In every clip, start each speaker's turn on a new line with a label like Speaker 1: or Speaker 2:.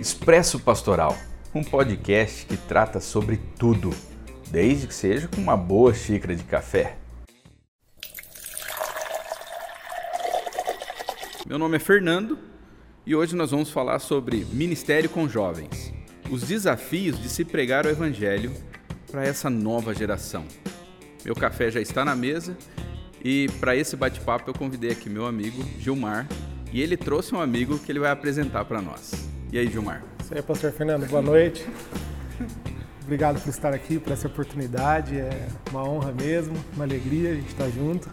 Speaker 1: Expresso Pastoral, um podcast que trata sobre tudo, desde que seja com uma boa xícara de café. Meu nome é Fernando e hoje nós vamos falar sobre ministério com jovens, os desafios de se pregar o evangelho para essa nova geração. Meu café já está na mesa e para esse bate-papo eu convidei aqui meu amigo Gilmar e ele trouxe um amigo que ele vai apresentar para nós. E aí, Gilmar?
Speaker 2: Isso aí, pastor Fernando, boa noite. Obrigado por estar aqui, por essa oportunidade. É uma honra mesmo, uma alegria a gente estar junto.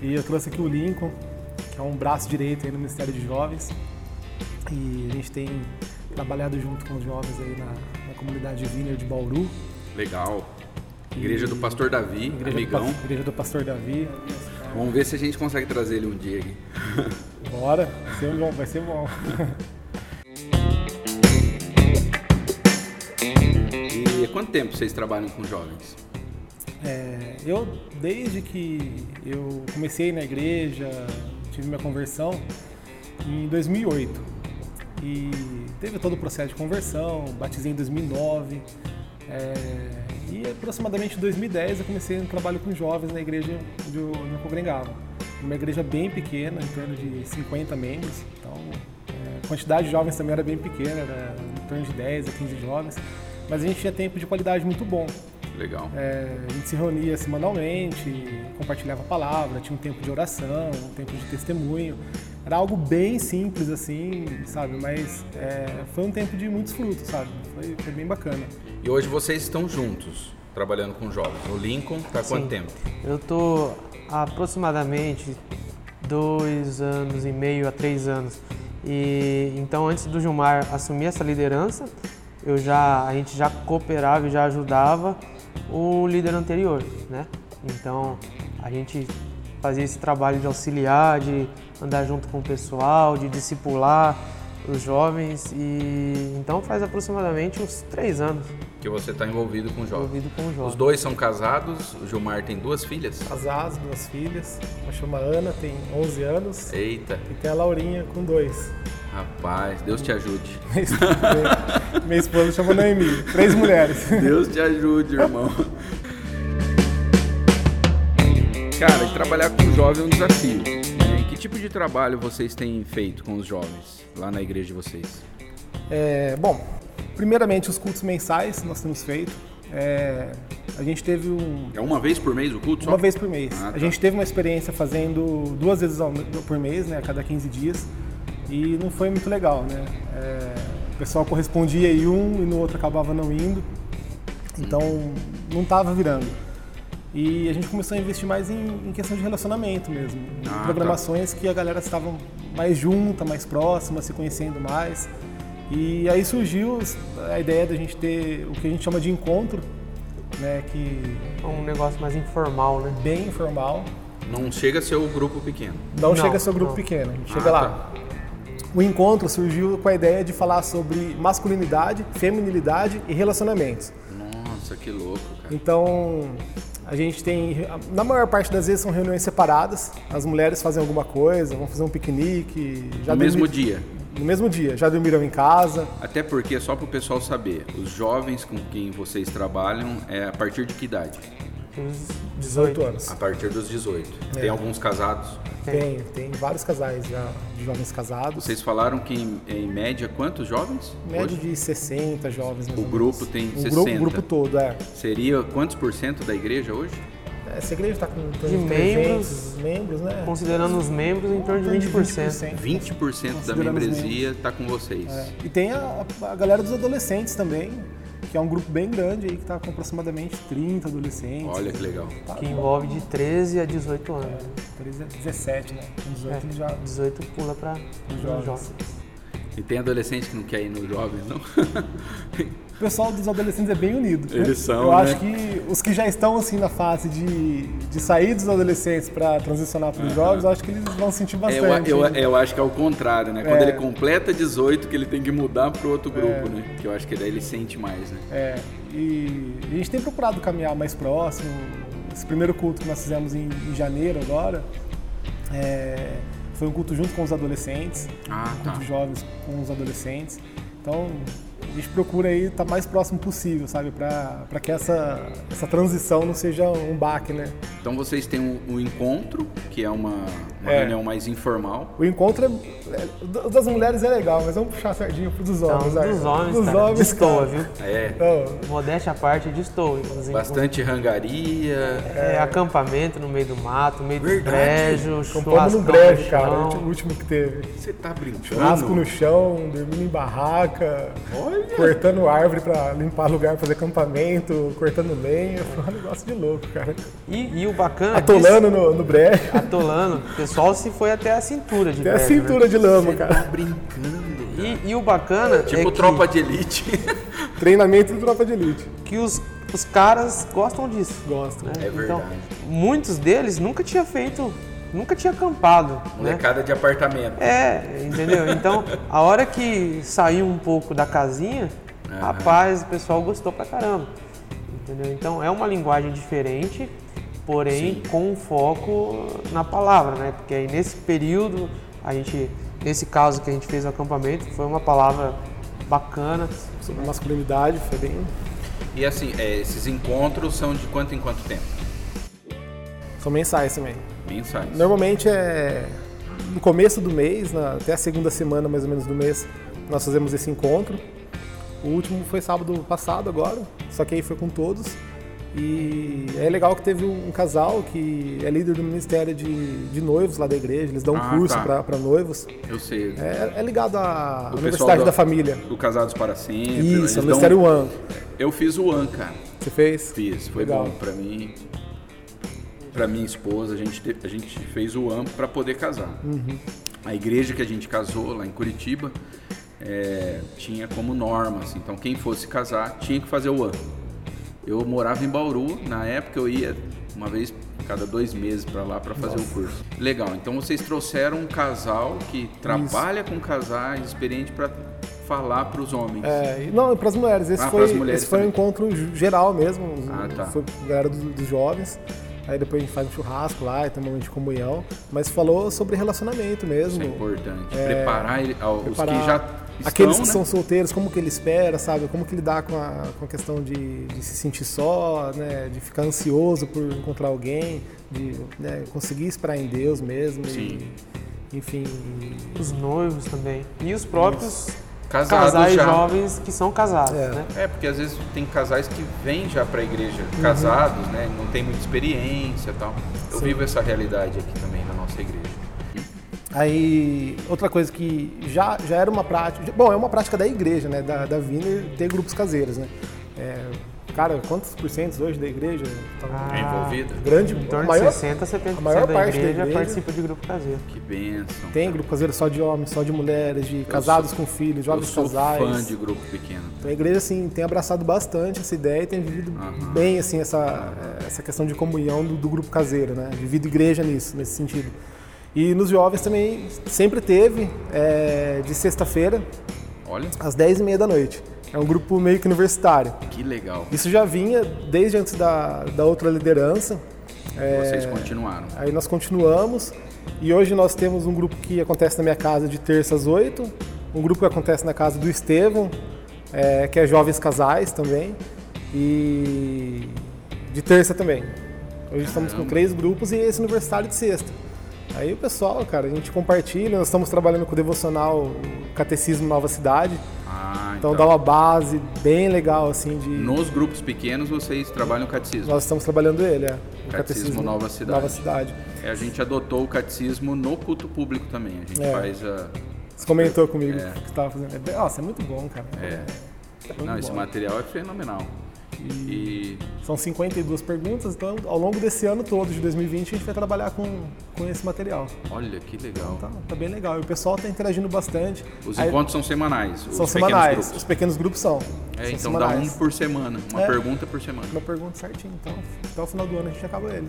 Speaker 2: E eu trouxe aqui o Lincoln, que é um braço direito aí no Ministério de Jovens. E a gente tem trabalhado junto com os jovens aí na, na comunidade Vineyard de Bauru.
Speaker 1: Legal. Igreja do Pastor Davi,
Speaker 2: Igreja
Speaker 1: amigão.
Speaker 2: Do, pa- igreja do Pastor Davi.
Speaker 1: Vamos ver se a gente consegue trazer ele um dia aqui.
Speaker 2: Bora, vai ser bom, vai ser bom.
Speaker 1: E há quanto tempo vocês trabalham com jovens?
Speaker 2: É, eu, desde que eu comecei na igreja, tive minha conversão em 2008. E teve todo o processo de conversão, batizei em 2009. é, e aproximadamente em 2010 eu comecei um trabalho com jovens na igreja onde eu, onde eu congregava. Uma igreja bem pequena, em torno de 50 membros. Então é, a quantidade de jovens também era bem pequena, era em torno de 10 a 15 jovens. Mas a gente tinha tempo de qualidade muito bom.
Speaker 1: Legal.
Speaker 2: É, a gente se reunia semanalmente, compartilhava a palavra, tinha um tempo de oração, um tempo de testemunho. Era algo bem simples assim, sabe? Mas é, foi um tempo de muitos frutos, sabe? Foi, foi bem bacana.
Speaker 1: E hoje vocês estão juntos, trabalhando com jovens. O Lincoln tá há quanto
Speaker 3: Sim.
Speaker 1: tempo?
Speaker 3: Eu tô há aproximadamente dois anos e meio a três anos. E então antes do Gilmar assumir essa liderança, eu já a gente já cooperava e já ajudava o líder anterior, né? Então a gente fazia esse trabalho de auxiliar, de andar junto com o pessoal, de discipular os jovens e então faz aproximadamente uns três anos
Speaker 1: Que você tá envolvido com jovens.
Speaker 3: envolvido com o
Speaker 1: Os
Speaker 3: jovem.
Speaker 1: dois são casados, o Gilmar tem duas filhas.
Speaker 2: Casado, duas filhas. Uma chama Ana, tem 11 anos.
Speaker 1: Eita,
Speaker 2: E tem a Laurinha com dois.
Speaker 1: rapaz, Deus te ajude.
Speaker 2: Minha esposa chama Noemi. Três mulheres.
Speaker 1: Deus te ajude, irmão. Cara, e trabalhar com jovem é um desafio. E que tipo de trabalho vocês têm feito com os jovens lá na igreja de vocês?
Speaker 2: É, bom, primeiramente os cultos mensais nós temos feito. É, a gente teve um,
Speaker 1: É uma vez por mês o culto só?
Speaker 2: Uma vez por mês.
Speaker 1: Ah, tá.
Speaker 2: A gente teve uma experiência fazendo duas vezes ao- por mês, né, a cada 15 dias, e não foi muito legal, né? É, o pessoal correspondia em um e no outro acabava não indo, então não estava virando. E a gente começou a investir mais em, em questão de relacionamento mesmo, em
Speaker 1: Ah, tá.
Speaker 2: programações que a galera estava mais junta, mais próxima, se conhecendo mais. E aí surgiu a ideia da gente ter o que a gente chama de encontro, né, que
Speaker 3: Um negócio mais informal, né?
Speaker 2: é bem informal,
Speaker 1: Não chega a ser o grupo pequeno.
Speaker 2: Não,
Speaker 3: Não,
Speaker 2: chega a ser um grupo
Speaker 3: não.
Speaker 2: pequeno, a gente
Speaker 1: Ah,
Speaker 2: chega lá.
Speaker 1: tá.
Speaker 2: O encontro surgiu com a ideia de falar sobre masculinidade, feminilidade e relacionamentos.
Speaker 1: Nossa, que louco, cara.
Speaker 2: Então, a gente tem, na maior parte das vezes são reuniões separadas, as mulheres fazem alguma coisa, vão fazer um piquenique, já
Speaker 1: No mesmo
Speaker 2: dormi-
Speaker 1: dia.
Speaker 2: no mesmo dia, já dormiram em casa.
Speaker 1: Até porque, só para o pessoal saber, os jovens com quem vocês trabalham é a partir de que idade?
Speaker 3: Uns
Speaker 2: 18 anos.
Speaker 1: A partir dos
Speaker 2: É.
Speaker 1: 18. Tem alguns casados.
Speaker 2: Tem, tem vários casais já de jovens casados.
Speaker 1: Vocês falaram que em, em média quantos jovens?
Speaker 2: Média
Speaker 1: Hoje?
Speaker 2: de 60 jovens. mais
Speaker 1: O
Speaker 2: ou
Speaker 1: grupo
Speaker 2: menos.
Speaker 1: tem
Speaker 2: o grupo,
Speaker 1: 60.
Speaker 2: o grupo todo, é.
Speaker 1: Seria quantos por cento da igreja hoje?
Speaker 2: Essa igreja está tá com em torno
Speaker 3: De
Speaker 2: de 300 membros, né?
Speaker 3: Considerando os membros, em torno de 20%.
Speaker 1: 20% da
Speaker 2: Consideramos
Speaker 1: membresia tá com vocês.
Speaker 2: E tem a, a galera dos adolescentes também, que é um grupo bem grande aí, que tá com aproximadamente 30 adolescentes.
Speaker 1: Olha que legal.
Speaker 3: Que envolve de 13 a 18 anos.
Speaker 2: 13 é 17, né? Com 18
Speaker 3: É,
Speaker 2: já.
Speaker 3: 18 pula para
Speaker 2: jovens.
Speaker 3: os jovens.
Speaker 1: E tem adolescente que não quer ir nos jovens, não?
Speaker 2: O pessoal dos adolescentes é bem unido.
Speaker 1: Eles são,
Speaker 2: Eu
Speaker 1: né?
Speaker 2: acho que os que já estão assim na fase de, de sair dos adolescentes para transicionar para os jovens, eu acho que eles vão sentir
Speaker 1: É,
Speaker 2: bastante. né?
Speaker 1: eu, eu,
Speaker 2: hein?
Speaker 1: eu acho que é o contrário, né? Quando
Speaker 2: É.
Speaker 1: ele completa 18, que ele tem que mudar pro outro grupo, né? Que eu acho que daí ele sente mais, né?
Speaker 2: É, e a gente tem procurado caminhar mais próximo. Esse primeiro culto que nós fizemos em, em janeiro agora é, foi um culto junto com os adolescentes,
Speaker 1: Ah,
Speaker 2: um
Speaker 1: tá.
Speaker 2: culto jovens com os adolescentes. Então a gente procura aí estar mais próximo possível, sabe, para que essa, essa transição não seja um baque, né?
Speaker 1: Então vocês têm o, o encontro, que é uma, uma
Speaker 2: É.
Speaker 1: reunião mais informal.
Speaker 2: O encontro é, é- do- das mulheres é legal, mas vamos puxar a sardinha pro dos
Speaker 3: Então,
Speaker 2: homens,
Speaker 3: dos
Speaker 2: né?
Speaker 3: homens,
Speaker 2: dos
Speaker 3: cara,
Speaker 2: homens, cara.
Speaker 3: destoa, viu?
Speaker 1: É,
Speaker 2: Não,
Speaker 3: Modéstia à parte, destoa. Os en-
Speaker 1: bastante rangaria.
Speaker 3: É, acampamento no meio do mato, no meio do
Speaker 1: Verdade.
Speaker 3: brejo,
Speaker 2: Compramos
Speaker 3: churrascão
Speaker 2: num breve,
Speaker 3: no
Speaker 2: cara, o
Speaker 3: chão.
Speaker 2: último- o último que teve.
Speaker 1: Você tá
Speaker 2: Churrasco
Speaker 1: brincando?
Speaker 2: no chão, dormindo em barraca,
Speaker 1: Olha!
Speaker 2: cortando árvore pra limpar lugar, fazer acampamento, cortando lenha, foi um negócio de louco, cara.
Speaker 3: E, e o bacana
Speaker 2: Atolando no, no brejo,
Speaker 3: disso- atolando, o pessoal se foi até a cintura de
Speaker 1: É,
Speaker 2: até a
Speaker 3: brejo,
Speaker 2: cintura de lama,
Speaker 1: Tá
Speaker 2: cara.
Speaker 1: brincando.
Speaker 3: Né? E, e o bacana
Speaker 1: Tipo
Speaker 3: é que,
Speaker 1: tropa de elite.
Speaker 2: Treinamento de tropa de elite.
Speaker 3: que os, os caras gostam disso.
Speaker 2: Gosto.
Speaker 3: né?
Speaker 1: É
Speaker 3: então,
Speaker 1: verdade.
Speaker 3: muitos deles nunca tinha feito, nunca tinha acampado, né?
Speaker 1: Molecada de apartamento.
Speaker 3: É, entendeu? Então, a hora que saiu um pouco da casinha, rapaz, o pessoal gostou pra caramba. Entendeu? Então, é uma linguagem diferente, porém com foco na palavra, né? Porque aí nesse período, a gente, nesse caso que a gente fez o acampamento, foi uma palavra bacana.
Speaker 2: Sobre masculinidade, foi bem.
Speaker 1: E assim, é, esses encontros são de quanto em quanto tempo?
Speaker 2: São mensais também.
Speaker 1: Mensais.
Speaker 2: Normalmente é no começo do mês, na- até a segunda semana mais ou menos do mês, nós fazemos esse encontro. O último foi sábado passado agora, só que aí foi com todos. E é legal que teve um casal que é líder do Ministério de, de Noivos lá da igreja, eles dão um
Speaker 1: Ah,
Speaker 2: curso
Speaker 1: tá.
Speaker 2: pra para noivos.
Speaker 1: Eu sei.
Speaker 2: É, é ligado à
Speaker 1: O pessoal
Speaker 2: Universidade
Speaker 1: da-
Speaker 2: da Família.
Speaker 1: Do Casados para Sempre. eles
Speaker 2: Isso, é
Speaker 1: dão-
Speaker 2: o
Speaker 1: um
Speaker 2: Ministério One.
Speaker 1: Eu fiz o An, cara.
Speaker 2: Você fez?
Speaker 1: Fiz, foi
Speaker 2: Legal.
Speaker 1: bom pra mim. Pra minha esposa, a gente, te- a gente fez o AMP pra poder casar.
Speaker 2: Uhum.
Speaker 1: A igreja que a gente casou lá em Curitiba é, tinha como norma, assim, então quem fosse casar tinha que fazer o AMP. Eu morava em Bauru, na época eu ia uma vez cada dois meses pra lá pra fazer o curso. Legal, então vocês trouxeram um casal que trabalha com casais, experiente pra falar pros homens.
Speaker 2: É, e- não, para as mulheres. Esse
Speaker 1: Ah, pras
Speaker 2: foi,
Speaker 1: mulheres
Speaker 2: esse foi um
Speaker 1: também.
Speaker 2: encontro g- geral mesmo.
Speaker 1: Ah, tá.
Speaker 2: Foi a galera do- dos jovens. Aí depois a gente faz um churrasco lá, e tem um momento de comunhão. Mas falou sobre relacionamento
Speaker 1: Isso
Speaker 2: mesmo.
Speaker 1: é importante. Preparar, ele- ao- os que
Speaker 2: Preparar
Speaker 1: já estão,
Speaker 2: Aqueles que
Speaker 1: né?
Speaker 2: são solteiros, como que ele espera, sabe? Como que ele dá com a, com a questão de, de se sentir só, né? De ficar ansioso por encontrar alguém, de né, conseguir esperar em Deus mesmo. e-
Speaker 1: Sim.
Speaker 2: enfim,
Speaker 3: Os noivos também. E os próprios
Speaker 1: Casado
Speaker 3: casais
Speaker 1: já.
Speaker 3: jovens que são casados,
Speaker 2: É.
Speaker 3: né?
Speaker 1: É, porque às vezes tem casais que vêm já pra igreja casados, né? Não tem muita experiência e tal. Eu
Speaker 2: Sim.
Speaker 1: vivo essa realidade aqui também na nossa igreja.
Speaker 2: Aí, outra coisa que já, já era uma prática. Bom, é uma prática da igreja, né? Da, da Vina ter grupos caseiros, né? É, cara, quantos por cento hoje da igreja? Tá
Speaker 1: É envolvida?
Speaker 2: grande,
Speaker 3: Em torno
Speaker 2: a maior-
Speaker 3: de 60, 70%
Speaker 2: a maior
Speaker 3: da
Speaker 2: parte da
Speaker 3: igreja,
Speaker 2: igreja-
Speaker 3: participa de grupo caseiro.
Speaker 1: Que bênção.
Speaker 2: Tem grupo caseiro só de homens, só de mulheres, de casados com filhos,
Speaker 1: Eu
Speaker 2: jovens
Speaker 1: sou
Speaker 2: casais.
Speaker 1: fã de grupo pequeno.
Speaker 2: Então a igreja assim, tem abraçado bastante essa ideia e tem vivido bem assim essa, essa questão de comunhão do, do grupo caseiro, né? Vivido igreja nisso, nesse sentido. E nos jovens também sempre teve, é, de sexta-feira,
Speaker 1: Olha,
Speaker 2: às 10h30 da noite. É um grupo meio que universitário.
Speaker 1: que legal.
Speaker 2: Isso já vinha desde antes da, da outra liderança. É,
Speaker 1: Vocês continuaram.
Speaker 2: Aí nós continuamos e hoje nós temos um grupo que acontece na minha casa de terça às 8, um grupo que acontece na casa do Estevão, é, que é jovens casais também, e de terça também. Hoje estamos com três grupos e esse universitário de sexta. Aí o pessoal, cara, a gente compartilha, nós estamos trabalhando com o devocional Catecismo Nova Cidade,
Speaker 1: Ah,
Speaker 2: então
Speaker 1: então.
Speaker 2: dá uma base bem legal assim de
Speaker 1: Nos grupos pequenos vocês trabalham o catecismo.
Speaker 2: nós estamos trabalhando ele, é.
Speaker 1: Catecismo
Speaker 2: O
Speaker 1: Nova Cidade.
Speaker 2: Nova Cidade.
Speaker 1: É, a gente adotou o catecismo no culto público também. A gente
Speaker 2: É.
Speaker 1: faz a.
Speaker 2: Você comentou comigo
Speaker 1: É.
Speaker 2: que você tava fazendo. É bem- Nossa, é muito bom, cara.
Speaker 1: É.
Speaker 2: muito
Speaker 1: Não, esse
Speaker 2: bom.
Speaker 1: material é fenomenal. E
Speaker 2: São 52 perguntas, então ao longo desse ano todo, de 2020, a gente vai trabalhar com, com esse material.
Speaker 1: olha que legal.
Speaker 2: Tá, tá bem legal. E o pessoal tá interagindo bastante.
Speaker 1: Os
Speaker 2: Aí-
Speaker 1: encontros são semanais.
Speaker 2: são
Speaker 1: os pequenos
Speaker 2: semanais.
Speaker 1: grupos.
Speaker 2: Os pequenos grupos são.
Speaker 1: É,
Speaker 2: são
Speaker 1: então
Speaker 2: semanais.
Speaker 1: dá um por semana, uma
Speaker 2: É.
Speaker 1: pergunta por semana.
Speaker 2: Uma pergunta certinho, então até o final do ano a gente acaba ele.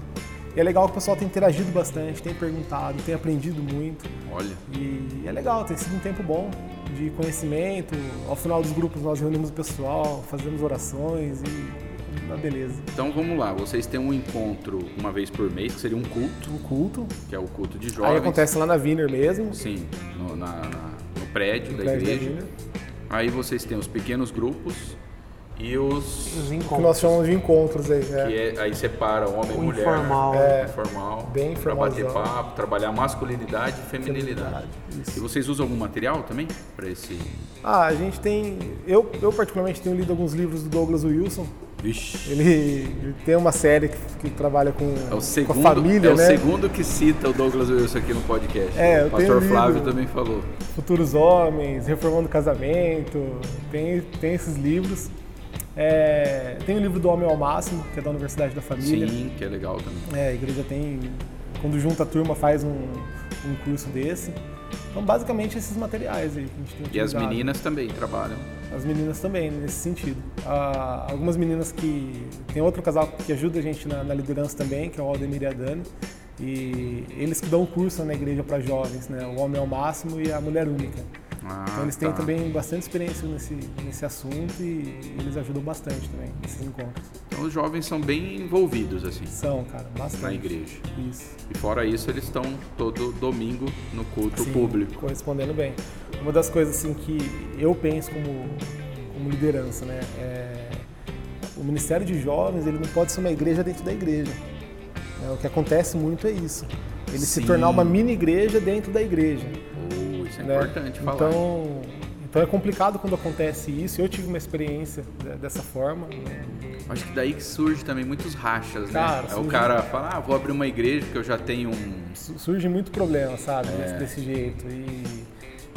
Speaker 2: E é legal que o pessoal tem interagido bastante, tem perguntado, tem aprendido muito.
Speaker 1: Olha,
Speaker 2: E é legal, tem sido um tempo bom de conhecimento. Ao final dos grupos nós reunimos o pessoal, fazemos orações e tá
Speaker 4: uma beleza.
Speaker 1: Então vamos lá, vocês têm um encontro uma vez por mês, que seria um culto,
Speaker 4: Um culto.
Speaker 1: que é o culto de jovens.
Speaker 4: Aí acontece lá na Viner mesmo.
Speaker 1: Sim, no, na- na- no prédio
Speaker 4: no
Speaker 1: da
Speaker 4: prédio da
Speaker 1: igreja.
Speaker 4: Viner.
Speaker 1: Aí vocês têm os pequenos grupos e os.
Speaker 3: Os
Speaker 2: que nós
Speaker 3: encontros.
Speaker 2: chamamos de encontros aí.
Speaker 1: que
Speaker 2: É.
Speaker 1: é- aí separa homem e
Speaker 3: O
Speaker 1: mulher.
Speaker 3: informal. né?
Speaker 1: É, informal.
Speaker 2: Bem
Speaker 1: Pra bater
Speaker 2: informalzão.
Speaker 1: papo, trabalhar masculinidade e feminilidade. E vocês usam algum material também para esse.
Speaker 2: Ah, a gente tem. Eu, eu particularmente tenho lido alguns livros do Douglas Wilson.
Speaker 1: Vixe.
Speaker 2: Ele, ele tem uma série que, que trabalha com,
Speaker 1: É o segundo,
Speaker 2: com a família,
Speaker 1: é o
Speaker 2: né?
Speaker 1: segundo que cita o Douglas Wilson aqui no podcast.
Speaker 2: É, eu
Speaker 1: o pastor
Speaker 2: tenho
Speaker 1: Flávio
Speaker 2: lido.
Speaker 1: também falou.
Speaker 2: Futuros Homens, Reformando o Casamento, tem, tem esses livros. É, tem o livro do Homem ao Máximo, que é da Universidade da Família.
Speaker 1: Sim, que é legal também.
Speaker 2: É, a igreja tem. Quando junta a turma faz um, um curso desse. Então, basicamente, esses materiais aí que a gente tem
Speaker 1: E as
Speaker 2: utilizado.
Speaker 1: meninas também trabalham.
Speaker 2: As meninas também, nesse sentido. Ah, algumas meninas que. Tem outro casal que ajuda a gente na, na liderança também, que é o Aldemir e a Dani. E eles que dão curso na igreja para jovens, né? O homem ao máximo e a mulher única.
Speaker 1: Ah,
Speaker 2: Então eles têm
Speaker 1: tá.
Speaker 2: também bastante experiência nesse, nesse assunto e eles ajudam bastante também nesses encontros.
Speaker 1: Então os jovens são bem envolvidos, assim,
Speaker 2: São, cara, bastante.
Speaker 1: na igreja.
Speaker 2: Isso.
Speaker 1: E fora isso, eles estão todo domingo no culto
Speaker 2: Sim,
Speaker 1: público.
Speaker 2: Correspondendo bem. Uma das coisas assim que eu penso como, como liderança, né? É, o Ministério de Jovens ele não pode ser uma igreja dentro da igreja. né? O que acontece muito é isso. Ele
Speaker 1: Sim.
Speaker 2: se tornar uma mini igreja dentro da igreja.
Speaker 1: Oh, isso é
Speaker 2: né?
Speaker 1: importante falar.
Speaker 2: Então, então é complicado quando acontece isso. Eu tive uma experiência de- dessa forma. né?
Speaker 1: Acho que daí que surge também muitos rachas, né?
Speaker 2: Cara,
Speaker 1: Aí o
Speaker 2: surge-
Speaker 1: cara fala, ah, vou abrir uma igreja que eu já tenho um...
Speaker 2: Su- Surge muito problema, sabe?
Speaker 1: É.
Speaker 2: Desse, desse jeito. E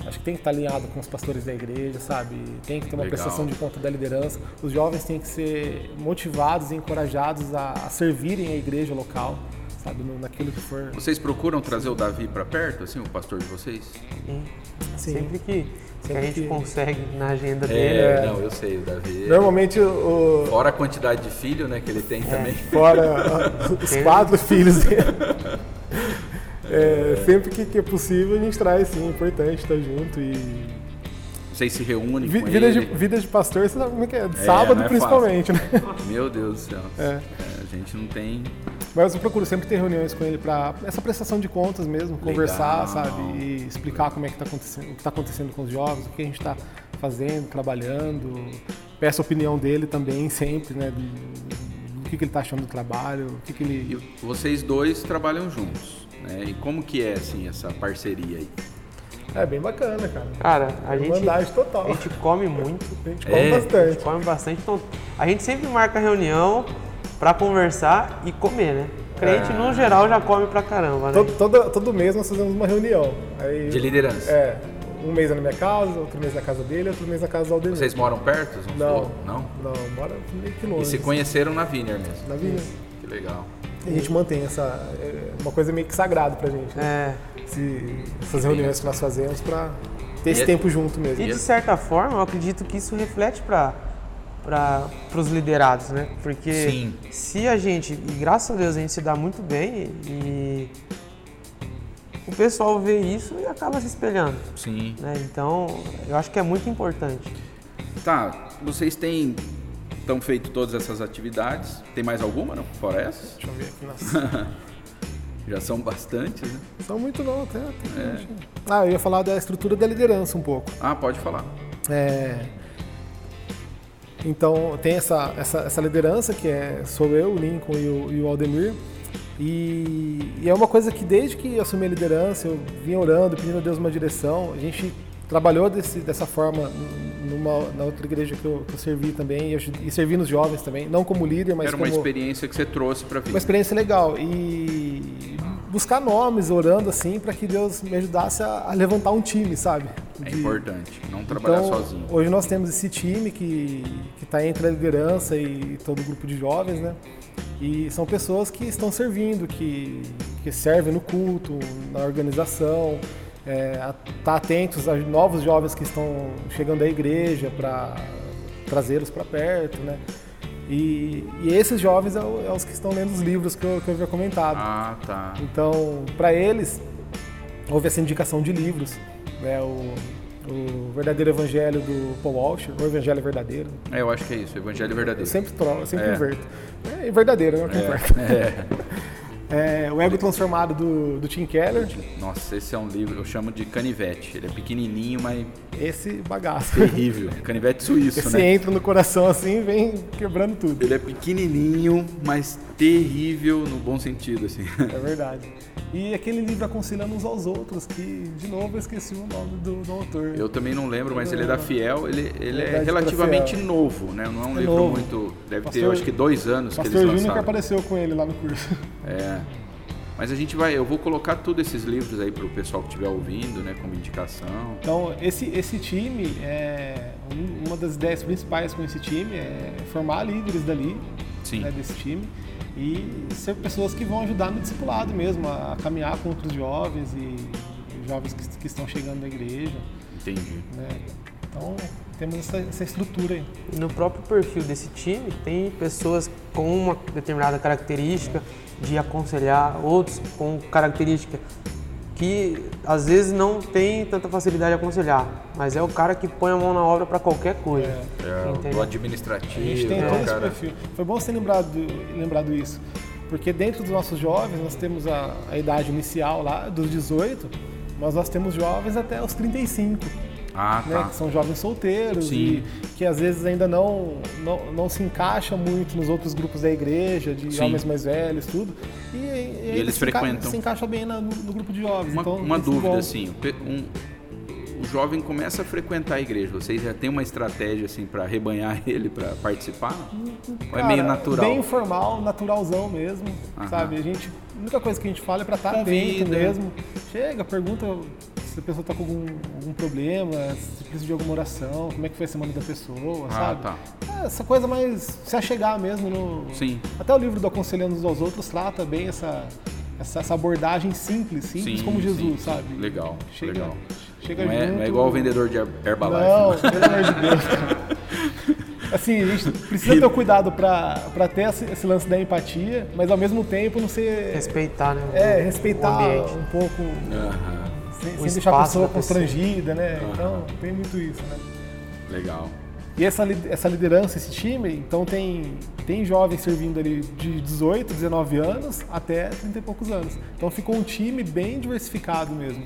Speaker 2: acho que tem que estar alinhado com os pastores da igreja, sabe? Tem que ter uma
Speaker 1: Legal.
Speaker 2: prestação de conta da liderança. Os jovens têm que ser motivados e encorajados a, a servirem a igreja local, sabe? No- naquilo que for.
Speaker 1: Vocês procuram trazer o Davi pra perto, assim, o pastor de vocês?
Speaker 3: Sim.
Speaker 2: Sim.
Speaker 3: Sempre que, que a gente
Speaker 2: que-
Speaker 3: consegue na agenda dele.
Speaker 1: É, não, eu sei, o Davi...
Speaker 2: Normalmente, o,
Speaker 1: Fora a quantidade de filho, né, que ele
Speaker 2: É.
Speaker 1: tem também.
Speaker 2: fora os
Speaker 3: Tem-
Speaker 2: quatro filhos dele. É, sempre que, que é possível, a gente traz, sim. É importante estar junto e.
Speaker 1: Vocês se reúnem
Speaker 2: Vi,
Speaker 1: com
Speaker 2: vida, de,
Speaker 1: ele.
Speaker 2: vida de pastor, você sabe como é que é?
Speaker 1: É,
Speaker 2: Sábado,
Speaker 1: não é
Speaker 2: principalmente, né?
Speaker 1: Meu Deus do céu.
Speaker 2: É.
Speaker 1: É, a gente não tem...
Speaker 2: Mas eu procuro sempre ter reuniões com ele para essa prestação de contas mesmo,
Speaker 1: Legal.
Speaker 2: conversar, sabe? E explicar como é que tá acontecendo, o que tá acontecendo com os jovens, o que a gente tá fazendo, trabalhando. Peço a opinião dele também, sempre, né? Do, do que, que ele tá achando do trabalho, o que, que
Speaker 1: E
Speaker 2: ele.
Speaker 1: vocês dois trabalham juntos, né? E como que é, assim, essa parceria aí?
Speaker 2: É bem bacana, cara.
Speaker 3: Cara, a gente,
Speaker 2: Irmandade total.
Speaker 3: a gente come muito,
Speaker 2: A gente
Speaker 1: come É.
Speaker 3: a gente come bastante. Então, a gente sempre marca reunião pra conversar e comer, né? Crente, no geral, já come pra caramba, né?
Speaker 2: É. Todo, todo, todo mês nós fazemos uma reunião. Aí,
Speaker 1: De liderança.
Speaker 2: É, um mês é na minha casa, outro mês na casa dele, outro mês na casa do Aldemir.
Speaker 1: Vocês moram perto? uns do
Speaker 2: Não.
Speaker 1: outro? Não?
Speaker 2: Não, bora meio que
Speaker 1: E
Speaker 2: longe.
Speaker 1: se conheceram na Viner mesmo.
Speaker 2: Na vida.
Speaker 1: Que legal.
Speaker 2: A gente mantém essa. é uma coisa meio que sagrada pra gente. Né?
Speaker 3: É.
Speaker 2: Esse- essas reuniões que nós fazemos pra ter
Speaker 1: E é-
Speaker 2: esse tempo junto
Speaker 3: E
Speaker 2: mesmo.
Speaker 3: de certa forma, eu acredito que isso reflete para para os liderados, né? Porque
Speaker 1: Sim.
Speaker 3: se a gente, e graças a Deus a gente se dá muito bem e o pessoal vê isso e acaba se espelhando,
Speaker 1: Sim.
Speaker 3: né? Então, eu acho que é muito importante.
Speaker 1: Tá, vocês têm estão feito todas essas atividades. Tem mais alguma, não? Fora essas?
Speaker 2: Deixa eu ver aqui. Nossa.
Speaker 1: Já são bastantes, né?
Speaker 2: São muito não, até. até gente- Ah, eu ia falar da estrutura da liderança um pouco.
Speaker 1: Ah, pode falar.
Speaker 2: É, Então tem essa, essa, essa liderança que é sou eu, o Lincoln e o, e o Aldemir. E, e é uma coisa que desde que eu assumi a liderança, eu vim orando, pedindo a Deus uma direção. A gente trabalhou desse, dessa forma numa, na outra igreja que eu, que eu servi também, e, eu, e servi nos jovens também, não como líder, mas
Speaker 1: Era uma
Speaker 2: como
Speaker 1: experiência que você trouxe pra vir.
Speaker 2: uma experiência legal e buscar nomes orando assim para que Deus me ajudasse a, a levantar um time, sabe?
Speaker 1: É
Speaker 2: De- Então,
Speaker 1: importante não Então, trabalhar sozinho.
Speaker 2: Hoje nós temos esse time que está entre a liderança e todo o grupo de jovens, né? E são pessoas que estão servindo, que, que servem no culto, na organização, é, a- tá atentos aos novos jovens que estão chegando à igreja para trazê-los para perto, né? E, e esses jovens são os que estão lendo os livros que eu, que eu havia comentado.
Speaker 1: Ah, tá.
Speaker 2: Então, para eles, houve essa indicação de livros. Né? O, O verdadeiro evangelho do Paul Walsh, o evangelho verdadeiro.
Speaker 1: É, eu acho que é isso, Evangelho
Speaker 2: Eu
Speaker 1: verdadeiro.
Speaker 2: sempre trolo, eu sempre
Speaker 1: É.
Speaker 2: inverto. É verdadeiro, não é o que importa.
Speaker 1: É,
Speaker 2: É, o ego transformado do, do Tim Keller,
Speaker 1: é. Nossa, esse é um livro, eu chamo de canivete. Ele é pequenininho, mas
Speaker 2: esse bagaço.
Speaker 1: terrível. Canivete suíço,
Speaker 2: Esse é
Speaker 1: né?
Speaker 2: entra no coração assim e vem quebrando tudo.
Speaker 1: Ele é pequenininho, mas terrível no bom sentido, assim.
Speaker 2: É verdade. E aquele livro Aconselhando Uns aos Outros, que, de novo, eu esqueci o nome do, do autor.
Speaker 1: Eu também não lembro, mas ele é da Fiel. Ele, ele é
Speaker 2: Verdade,
Speaker 1: relativamente
Speaker 2: pra Fiel.
Speaker 1: novo, né? Não é um
Speaker 2: É
Speaker 1: livro
Speaker 2: novo.
Speaker 1: muito... Deve ter,
Speaker 2: Pastor-
Speaker 1: eu acho que dois anos que eles
Speaker 2: Pastor Júnior que
Speaker 1: lançaram.
Speaker 2: apareceu com ele lá no curso.
Speaker 1: É. Mas a gente vai, eu vou colocar todos esses livros aí pro pessoal que estiver ouvindo, né, como indicação.
Speaker 2: Então, esse, esse time, é, um- uma das ideias principais com esse time é formar líderes dali,
Speaker 1: Sim.
Speaker 2: né, desse time, e ser pessoas que vão ajudar no discipulado mesmo, a, a caminhar com outros jovens e jovens que, que estão chegando na igreja.
Speaker 1: Entendi.
Speaker 2: né. Então, temos essa, essa estrutura aí.
Speaker 3: E no próprio perfil desse time tem pessoas com uma determinada característica de aconselhar outros com característica que às vezes não tem tanta facilidade de aconselhar, mas é o cara que põe a mão na obra para qualquer coisa.
Speaker 1: É, o
Speaker 3: Entendi.
Speaker 1: do administrativo,
Speaker 2: A gente tem
Speaker 1: né,
Speaker 2: todo esse
Speaker 1: cara?
Speaker 2: perfil. Foi bom você lembrado, lembrado isso, porque dentro dos nossos jovens, nós temos a, a idade inicial lá, dos 18, mas nós temos jovens até os 35.
Speaker 1: Ah,
Speaker 2: né,
Speaker 1: tá.
Speaker 2: que são jovens solteiros
Speaker 1: Sim.
Speaker 2: e que às vezes ainda não, não, não se encaixa muito nos outros grupos da igreja, de
Speaker 1: Sim.
Speaker 2: homens mais velhos, tudo. E, e ainda
Speaker 1: eles
Speaker 2: se enca-
Speaker 1: frequentam.
Speaker 2: Se encaixa bem na- no, no grupo de jovens.
Speaker 1: Uma,
Speaker 2: então,
Speaker 1: uma
Speaker 2: isso é
Speaker 1: dúvida,
Speaker 2: bom.
Speaker 1: assim, o pe- um- o jovem começa a frequentar a igreja, vocês já tem uma estratégia, assim, para rebanhar ele para participar? Ou é
Speaker 2: Cara,
Speaker 1: meio natural?
Speaker 2: Bem informal, naturalzão mesmo,
Speaker 1: Aham.
Speaker 2: sabe? A gente, a única coisa que a gente fala é pra estar
Speaker 1: Convida.
Speaker 2: atento mesmo. Chega, pergunta se a pessoa tá com algum, algum problema, se precisa de alguma oração, como é que foi a semana da pessoa,
Speaker 1: Ah,
Speaker 2: sabe?
Speaker 1: tá.
Speaker 2: É, Essa coisa mais se achegar mesmo no...
Speaker 1: Sim.
Speaker 2: Até o livro do Aconselhando Uns aos Outros trata bem essa, essa, essa abordagem simples, simples
Speaker 1: Sim,
Speaker 2: como Jesus,
Speaker 1: sim, sim.
Speaker 2: sabe?
Speaker 1: Legal,
Speaker 2: Chega,
Speaker 1: legal.
Speaker 2: Chega
Speaker 1: Não é,
Speaker 2: junto,
Speaker 1: não é igual o vendedor de Her- Herbalife.
Speaker 2: não,
Speaker 1: né?
Speaker 2: pelo amor de Deus. Assim, a gente precisa ter o cuidado pra pra ter esse, esse lance da empatia, mas ao mesmo tempo não ser.
Speaker 3: Respeitar, né? o-
Speaker 2: É, respeitar
Speaker 3: o ambiente.
Speaker 2: um pouco.
Speaker 1: né? Aham,
Speaker 2: Sem,
Speaker 3: o
Speaker 2: sem deixar a
Speaker 3: espaço
Speaker 2: pessoa
Speaker 3: da pessoa.
Speaker 2: constrangida, né? Então, tem muito isso, né?
Speaker 1: Legal.
Speaker 2: E essa, li- essa liderança, esse time, então tem, tem jovens servindo ali de 18, 19 anos até 30 e poucos anos. Então ficou um time bem diversificado mesmo.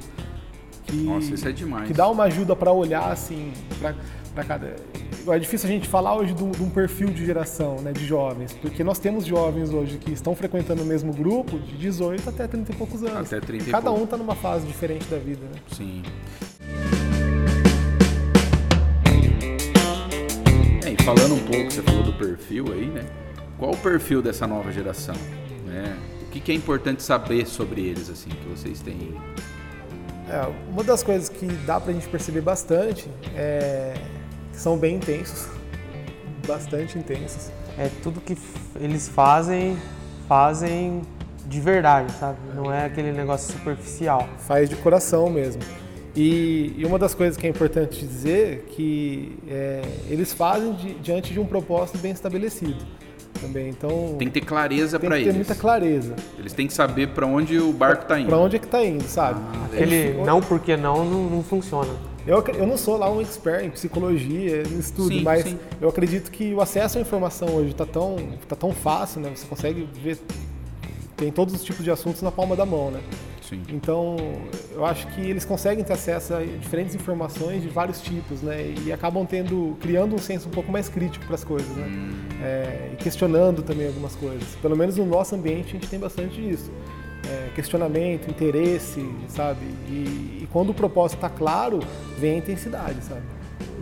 Speaker 2: Que,
Speaker 1: Nossa, isso é demais.
Speaker 2: Que dá uma ajuda pra olhar assim, pra, pra cada. É difícil a gente falar hoje de um, de um perfil de geração, né, de jovens, porque nós temos jovens hoje que estão frequentando o mesmo grupo de 18 até 30 e poucos anos.
Speaker 1: Até 30 e
Speaker 2: cada
Speaker 1: pouco.
Speaker 2: um tá numa fase diferente da vida, né?
Speaker 1: Sim. É, e falando um pouco, você falou do perfil aí, né? Qual o perfil dessa nova geração? Né? O que, que é importante saber sobre eles, assim, que vocês têm?
Speaker 2: É, uma das coisas que dá pra gente perceber bastante é que são bem intensos. Bastante intensos.
Speaker 3: É tudo que f- eles fazem, fazem de verdade, sabe? Não é aquele negócio superficial.
Speaker 2: Faz de coração mesmo. E, e uma das coisas que é importante dizer é que é, eles fazem di- diante de um propósito bem estabelecido também. Então
Speaker 1: Tem que ter clareza
Speaker 2: tem
Speaker 1: para
Speaker 2: que ter
Speaker 1: eles.
Speaker 2: muita clareza.
Speaker 1: Eles têm que saber para onde o barco tá indo.
Speaker 2: Pra onde é que tá indo, sabe?
Speaker 3: Aquele não porque não não, não funciona.
Speaker 2: Eu, ac- eu não sou lá um expert em psicologia, em estudo,
Speaker 1: Sim,
Speaker 2: mas
Speaker 1: sim.
Speaker 2: eu acredito que o acesso à informação hoje está tão, tá tão fácil, né? Você consegue ver, tem todos os tipos de assuntos na palma da mão, né?
Speaker 1: Sim.
Speaker 2: Então, eu acho que eles conseguem ter acesso a diferentes informações de vários tipos, né? E acabam tendo, criando um senso um pouco mais crítico para as coisas, né? É, e questionando também algumas coisas. Pelo menos no nosso ambiente a gente tem bastante disso. É, questionamento, interesse, sabe? E, e quando o propósito está claro, vem a intensidade, sabe?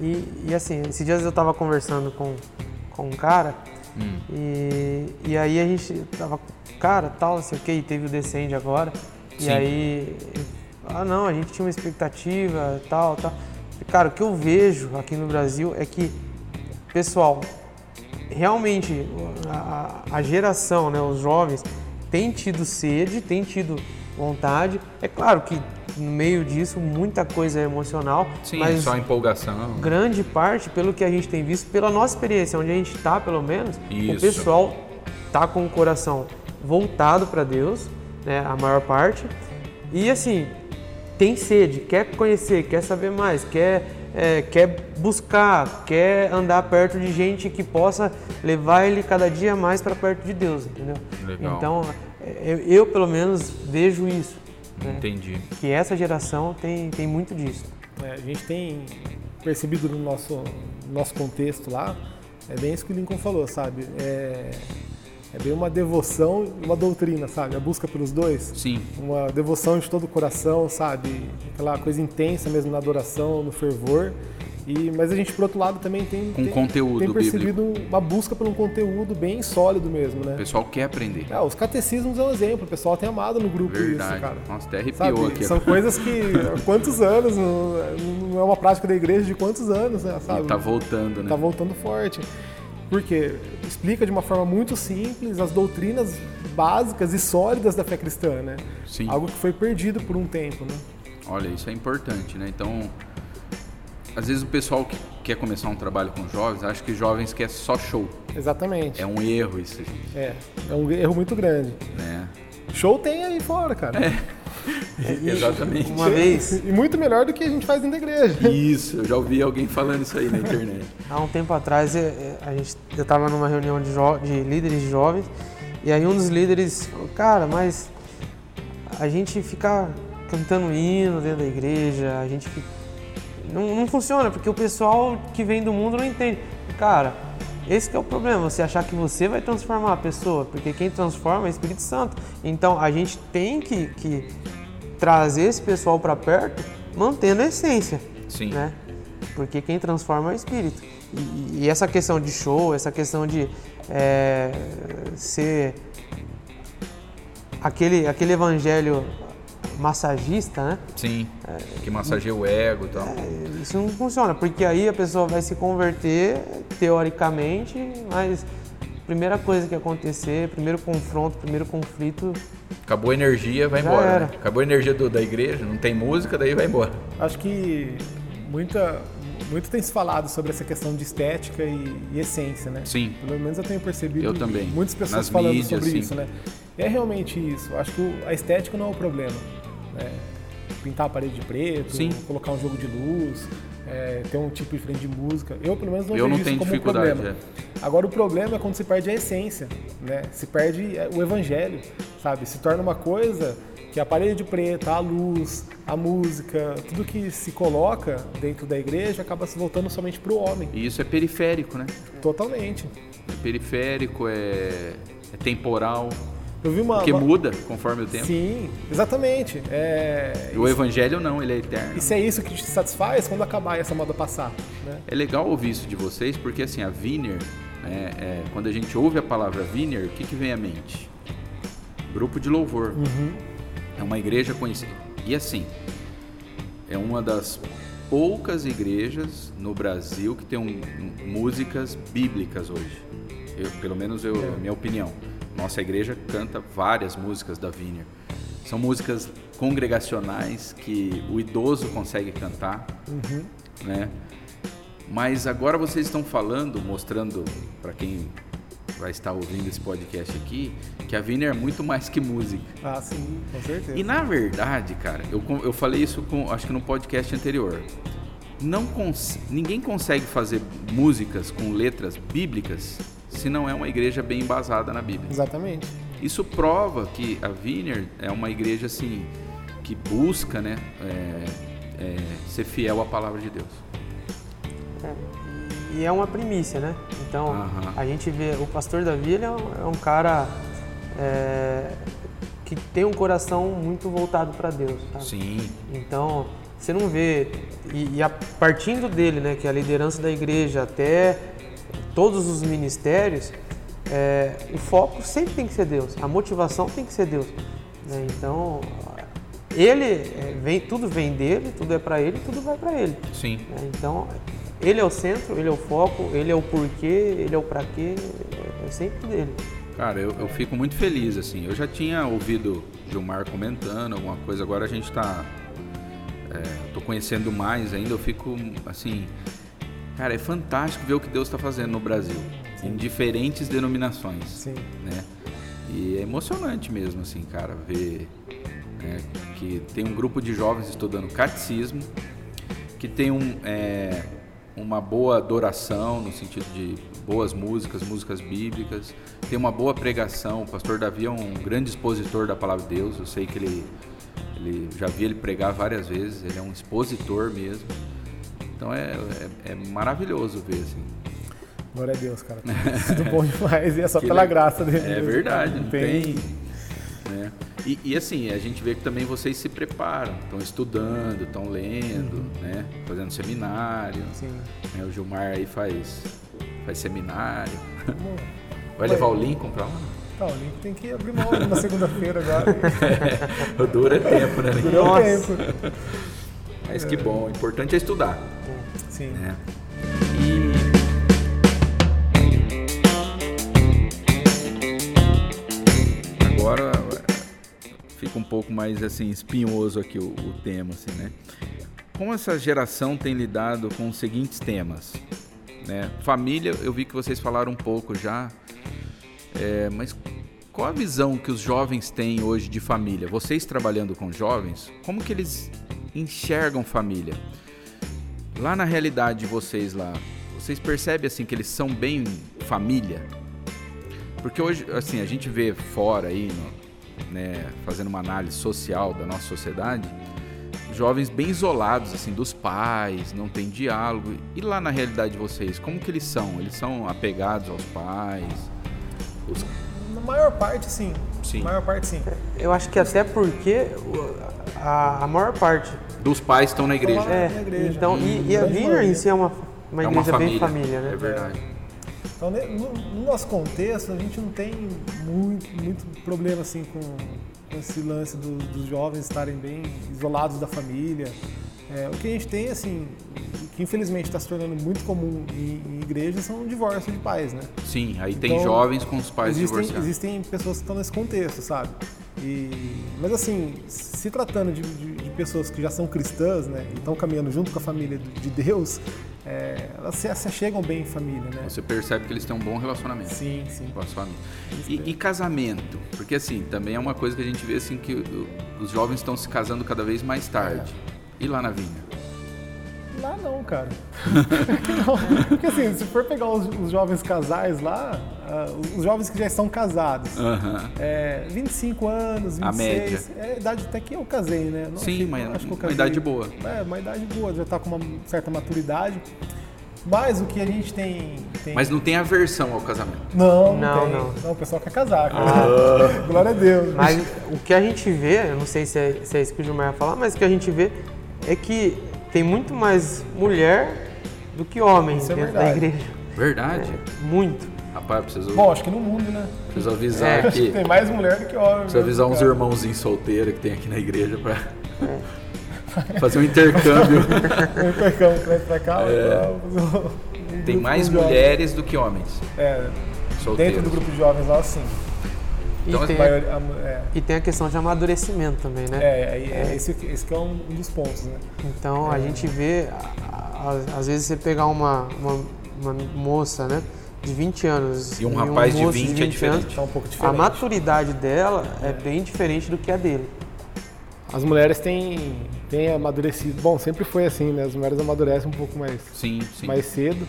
Speaker 3: E, e assim, esses dias eu tava conversando com, com um cara
Speaker 1: Hum.
Speaker 3: e, e aí a gente tava, cara, tal, não sei o que, e teve o Descende agora.
Speaker 1: Sim.
Speaker 3: E aí, ah não, a gente tinha uma expectativa, tal, tal. E, Cara, o que eu vejo aqui no Brasil é que, pessoal, realmente a, a- a geração, né, os jovens, tem tido sede, tem tido vontade. É claro que no meio disso muita coisa é emocional,
Speaker 1: Sim,
Speaker 3: mas Né.
Speaker 1: só empolgação.
Speaker 3: grande parte, pelo que a gente tem visto, pela nossa experiência, onde a gente está, pelo menos,
Speaker 1: Isso.
Speaker 3: o pessoal tá com o coração voltado para Deus, né, a maior parte. E assim, tem sede, quer conhecer, quer saber mais, quer, é, quer buscar, quer andar perto de gente que possa levar ele cada dia mais para perto de Deus, entendeu?
Speaker 1: Legal.
Speaker 3: Então, eu, eu, pelo menos vejo isso, né?
Speaker 1: Entendi.
Speaker 3: que essa geração tem, tem muito disso.
Speaker 2: É, a gente tem percebido no nosso, nosso contexto lá, é bem isso que o Lincoln falou, sabe? É, é bem uma devoção e uma doutrina, sabe? A busca pelos dois.
Speaker 1: Sim.
Speaker 2: Uma devoção de todo o coração, sabe? Aquela coisa intensa mesmo na adoração, no fervor. E, mas a gente, por outro lado, também tem,
Speaker 1: Com
Speaker 2: tem,
Speaker 1: conteúdo
Speaker 2: tem percebido uma busca por um conteúdo bem sólido mesmo,
Speaker 1: O
Speaker 2: né?
Speaker 1: pessoal quer aprender.
Speaker 2: Ah, os catecismos é um exemplo, o pessoal tem amado no grupo isso,
Speaker 1: Verdade.
Speaker 2: cara.
Speaker 1: Nossa, até arrepiou
Speaker 2: Sabe,
Speaker 1: aqui.
Speaker 2: são coisas que há quantos anos, não, não é uma prática da igreja de quantos anos, né, sabe?
Speaker 1: E tá voltando, né?
Speaker 2: Tá voltando forte. Porque explica de uma forma muito simples as doutrinas básicas e sólidas da fé cristã, né?
Speaker 1: Sim.
Speaker 2: Algo que foi perdido por um tempo, né?
Speaker 1: Olha, isso é importante, né? Então, às vezes o pessoal que quer começar um trabalho com jovens, acha que jovens quer só show.
Speaker 2: Exatamente.
Speaker 1: É um erro isso, gente,
Speaker 2: É, é um erro muito grande.
Speaker 1: né?
Speaker 2: Show tem aí fora, cara.
Speaker 1: É.
Speaker 2: É
Speaker 1: Exatamente.
Speaker 3: Uma vez,
Speaker 2: E muito melhor do que a gente faz dentro da igreja.
Speaker 1: Isso, eu já ouvi alguém falando isso aí na internet.
Speaker 3: Há um tempo atrás, eh, eh, a gente, eu estava numa reunião de, jo- de líderes jovens e aí um dos líderes falou, cara, mas a gente ficar cantando um hino dentro da igreja, a gente fica... não, não funciona, porque o pessoal que vem do mundo não entende. Cara, esse que é o problema, você achar que você vai transformar a pessoa, porque quem transforma é o Espírito Santo. Então a gente tem que, que trazer esse pessoal para perto, mantendo a essência
Speaker 1: Sim.
Speaker 3: né? Porque quem transforma é o espírito. E, e essa questão de show, essa questão de é, ser aquele, aquele evangelho massagista, né?
Speaker 1: Sim. Que massageia o ego e tal.
Speaker 3: Isso não funciona, porque aí a pessoa vai se converter teoricamente, mas a primeira coisa que acontecer, primeiro confronto, primeiro conflito,
Speaker 1: Acabou a energia, vai
Speaker 3: Já
Speaker 1: embora.
Speaker 3: era.
Speaker 1: né? Acabou a energia do- da igreja, não tem música, daí vai embora.
Speaker 2: Acho que muita, muito tem se falado sobre essa questão de estética e, e essência, né?
Speaker 1: Sim.
Speaker 2: Pelo menos eu tenho percebido
Speaker 1: Eu também.
Speaker 2: muitas pessoas
Speaker 1: Nas
Speaker 2: falando
Speaker 1: mídias,
Speaker 2: sobre
Speaker 1: sim.
Speaker 2: isso, né? É realmente isso. Acho que o- a estética não é o problema. né? Pintar a parede de preto,
Speaker 1: Sim.
Speaker 2: colocar um jogo de luz, é, ter um tipo diferente de música. Eu, pelo menos, não
Speaker 1: Eu
Speaker 2: vejo
Speaker 1: não
Speaker 2: isso
Speaker 1: tenho
Speaker 2: como um
Speaker 1: dificuldade,
Speaker 2: problema. Agora, o problema é quando se perde a essência, né? Se perde é, o evangelho, sabe? Se torna uma coisa que a parede preta, a luz, a música, tudo que se coloca dentro da igreja acaba se voltando somente para o homem.
Speaker 1: E isso é periférico, né?
Speaker 2: Totalmente.
Speaker 1: É periférico, é, é temporal.
Speaker 2: Eu vi uma...
Speaker 1: Porque
Speaker 2: uma-
Speaker 1: muda conforme o tempo.
Speaker 2: Sim, exatamente. É,
Speaker 1: E o evangelho não, ele é eterno.
Speaker 2: isso é isso que te satisfaz quando acabar essa moda passar, né?
Speaker 1: É legal ouvir isso de vocês, porque assim, a Viner, né, é, quando a gente ouve a palavra Viner, o que, que vem à mente? Grupo de louvor. É uma igreja conhecida. E assim, é uma das poucas igrejas no Brasil que tem um- um- músicas bíblicas hoje. Eu, pelo menos eu, minha opinião. Nossa igreja canta várias músicas da Viner. São músicas congregacionais que o idoso consegue cantar, né? Mas agora vocês estão falando, mostrando para quem vai estar ouvindo esse podcast aqui, que a Viner é muito mais que música.
Speaker 2: Ah, sim, com certeza.
Speaker 1: E na verdade, cara, eu, con- eu falei isso com, acho que no podcast anterior. Não cons- ninguém consegue fazer músicas com letras bíblicas se não é uma igreja bem embasada na Bíblia.
Speaker 2: Exatamente.
Speaker 1: Isso prova que a Viner é uma igreja assim que busca, né, é- é, ser fiel à palavra de Deus.
Speaker 3: e é uma primícia, né? Então
Speaker 1: Aham.
Speaker 3: a gente vê o pastor Davi ele é um, é um cara é, que tem um coração muito voltado para Deus. Sabe?
Speaker 1: Sim,
Speaker 3: Então você não vê e, e a partindo dele, né, que é a liderança da igreja até todos os ministérios, é, o foco sempre tem que ser Deus, a motivação tem que ser Deus. né? Então ele é, vem, tudo vem dele, tudo é para ele, tudo vai para ele.
Speaker 1: sim.
Speaker 3: Né? Então, ele é o centro, ele é o foco, ele é o porquê, ele é o pra quê, é- é sempre dele.
Speaker 1: Cara, eu, eu fico muito feliz, assim. Eu já tinha ouvido Gilmar comentando alguma coisa, agora a gente tá. É, tô conhecendo mais ainda, eu fico assim. Cara, é fantástico ver o que Deus está fazendo no Brasil, em diferentes denominações.
Speaker 2: Sim.
Speaker 1: Né? E é emocionante mesmo, assim, cara, ver né, que tem um grupo de jovens estudando catecismo, que tem um, é, uma boa adoração, no sentido de boas músicas, músicas bíblicas, tem uma boa pregação. O pastor Davi é um grande expositor da palavra de Deus, eu sei que ele, ele já vi ele pregar várias vezes, ele é um expositor mesmo. Então é, é, é maravilhoso ver assim.
Speaker 2: Glória a Deus, cara. Tudo bom demais. E é só pela
Speaker 1: le-
Speaker 2: graça dele.
Speaker 1: É
Speaker 2: mesmo.
Speaker 1: verdade,
Speaker 2: Não
Speaker 1: não tem. né? E, e, assim, a gente vê que também vocês se preparam, estão estudando, estão lendo, né? Fazendo seminário.
Speaker 3: Sim.
Speaker 1: né? O Gilmar aí faz, faz seminário. Vai levar o Lincoln pra lá?
Speaker 2: Tá, o Link tem que abrir mão na segunda-feira agora.
Speaker 1: O duro é tempo, né? Lincoln?
Speaker 2: Deu
Speaker 3: Nossa.
Speaker 2: tempo.
Speaker 1: Mas que bom, o importante é estudar.
Speaker 2: Sim.
Speaker 1: né? E agora fica um pouco mais assim espinhoso aqui o, o tema, assim, né? Como essa geração tem lidado com os seguintes temas? Né? Família, eu vi que vocês falaram um pouco já, é, mas qual a visão que os jovens têm hoje de família? Vocês trabalhando com jovens, como que eles enxergam família? Lá na realidade de vocês lá, vocês percebem assim que eles são bem família? Porque hoje, assim, a gente vê fora aí, no- né, fazendo uma análise social da nossa sociedade, jovens bem isolados assim dos pais, não tem diálogo. E lá na realidade de vocês, como que eles são? Eles são apegados aos pais? Os-
Speaker 2: Na maior parte, sim.
Speaker 1: Sim.
Speaker 2: Na maior parte, sim.
Speaker 3: Eu acho que até porque o- a, a maior parte
Speaker 1: Dos pais estão na igreja.
Speaker 2: Lá
Speaker 3: é.
Speaker 2: na igreja.
Speaker 3: Então, e, e a
Speaker 2: Grande
Speaker 3: Vineyard
Speaker 2: maioria.
Speaker 3: em si é uma, uma
Speaker 1: É
Speaker 3: igreja
Speaker 1: uma
Speaker 3: bem
Speaker 1: família.
Speaker 3: família,
Speaker 1: É
Speaker 3: né?
Speaker 1: verdade.
Speaker 2: Então, ne- no, no nosso contexto, a gente não tem muito, muito problema assim com, com esse lance do- dos jovens estarem bem isolados da família. É, o que a gente tem, assim, que infelizmente está se tornando muito comum em, em igrejas, são divórcios de pais, né?
Speaker 1: Sim, aí tem
Speaker 2: Então,
Speaker 1: jovens com os pais
Speaker 2: existem,
Speaker 1: divorciados.
Speaker 2: existem pessoas que estão nesse contexto, sabe? E, mas assim, se tratando de, de- de pessoas que já são cristãs, né, e estão caminhando junto com a família de de Deus, é, elas se, se chegam bem em família, né?
Speaker 1: Você percebe que eles têm um bom relacionamento.
Speaker 2: Sim, sim.
Speaker 1: com a sua amiga. E, e casamento? Porque assim, também é uma coisa que a gente vê assim que o- os jovens estão se casando cada vez mais tarde. E lá na vinha?
Speaker 2: Lá não, cara. Não, Porque assim, se for pegar os, os jovens casais lá, ah, os jovens que já estão casados,
Speaker 1: Aham.
Speaker 2: é, 25 anos, 26.
Speaker 1: A
Speaker 2: É a idade até que eu casei, né? Não
Speaker 1: Sim,
Speaker 2: achei-
Speaker 1: mas
Speaker 2: não
Speaker 1: uma idade boa.
Speaker 2: É, uma idade boa, já tá com uma certa maturidade. Mas o que a gente tem. tem-
Speaker 1: Mas não tem aversão ao casamento.
Speaker 2: Não,
Speaker 3: Não,
Speaker 2: não, tem.
Speaker 3: não.
Speaker 2: não. o pessoal quer casar, cara.
Speaker 1: Ah.
Speaker 2: Glória a Deus.
Speaker 3: Mas o que a gente vê, eu não sei se é, se é isso que o Gilmar ia falar, mas o que a gente vê é que tem muito mais mulher do que homem
Speaker 2: Isso é
Speaker 3: dentro da
Speaker 2: verdade.
Speaker 3: igreja.
Speaker 1: Verdade?
Speaker 3: Muito.
Speaker 1: É. Rapaz, preciso,
Speaker 2: Bom, acho que no mundo, né?
Speaker 1: preciso avisar
Speaker 3: É.
Speaker 1: aqui.
Speaker 2: Tem mais mulher do que homem. né?
Speaker 1: Preciso avisar uns
Speaker 2: cara.
Speaker 1: irmãozinhos solteiros que tem aqui na igreja pra
Speaker 2: É.
Speaker 1: fazer um intercâmbio.
Speaker 2: Um intercâmbio pra, pra cá, pra lá.
Speaker 1: É. tem
Speaker 2: grupo
Speaker 1: mais
Speaker 2: de jovens.
Speaker 1: mulheres do que homens
Speaker 2: É, um dentro
Speaker 1: solteiros.
Speaker 2: do grupo de jovens lá, sim.
Speaker 3: E,
Speaker 1: Então, as
Speaker 3: tem,
Speaker 2: Maioria- a mu- é.
Speaker 3: e tem a questão de amadurecimento também, né?
Speaker 2: É, aí é, esse, que- esse que é um, um dos pontos, né?
Speaker 3: Então a gente vê, a- a- às vezes você pegar uma, uma, uma moça, né, de 20 anos
Speaker 1: E um rapaz de
Speaker 3: moço
Speaker 1: 20 é diferente.
Speaker 3: anos,
Speaker 2: Tá um pouco
Speaker 3: a
Speaker 2: diferente.
Speaker 3: maturidade dela é bem diferente do que a dele.
Speaker 2: As mulheres têm, têm amadurecido. Bom, sempre foi assim, né? As mulheres amadurecem um pouco mais,
Speaker 1: Sim, sim.
Speaker 2: mais cedo.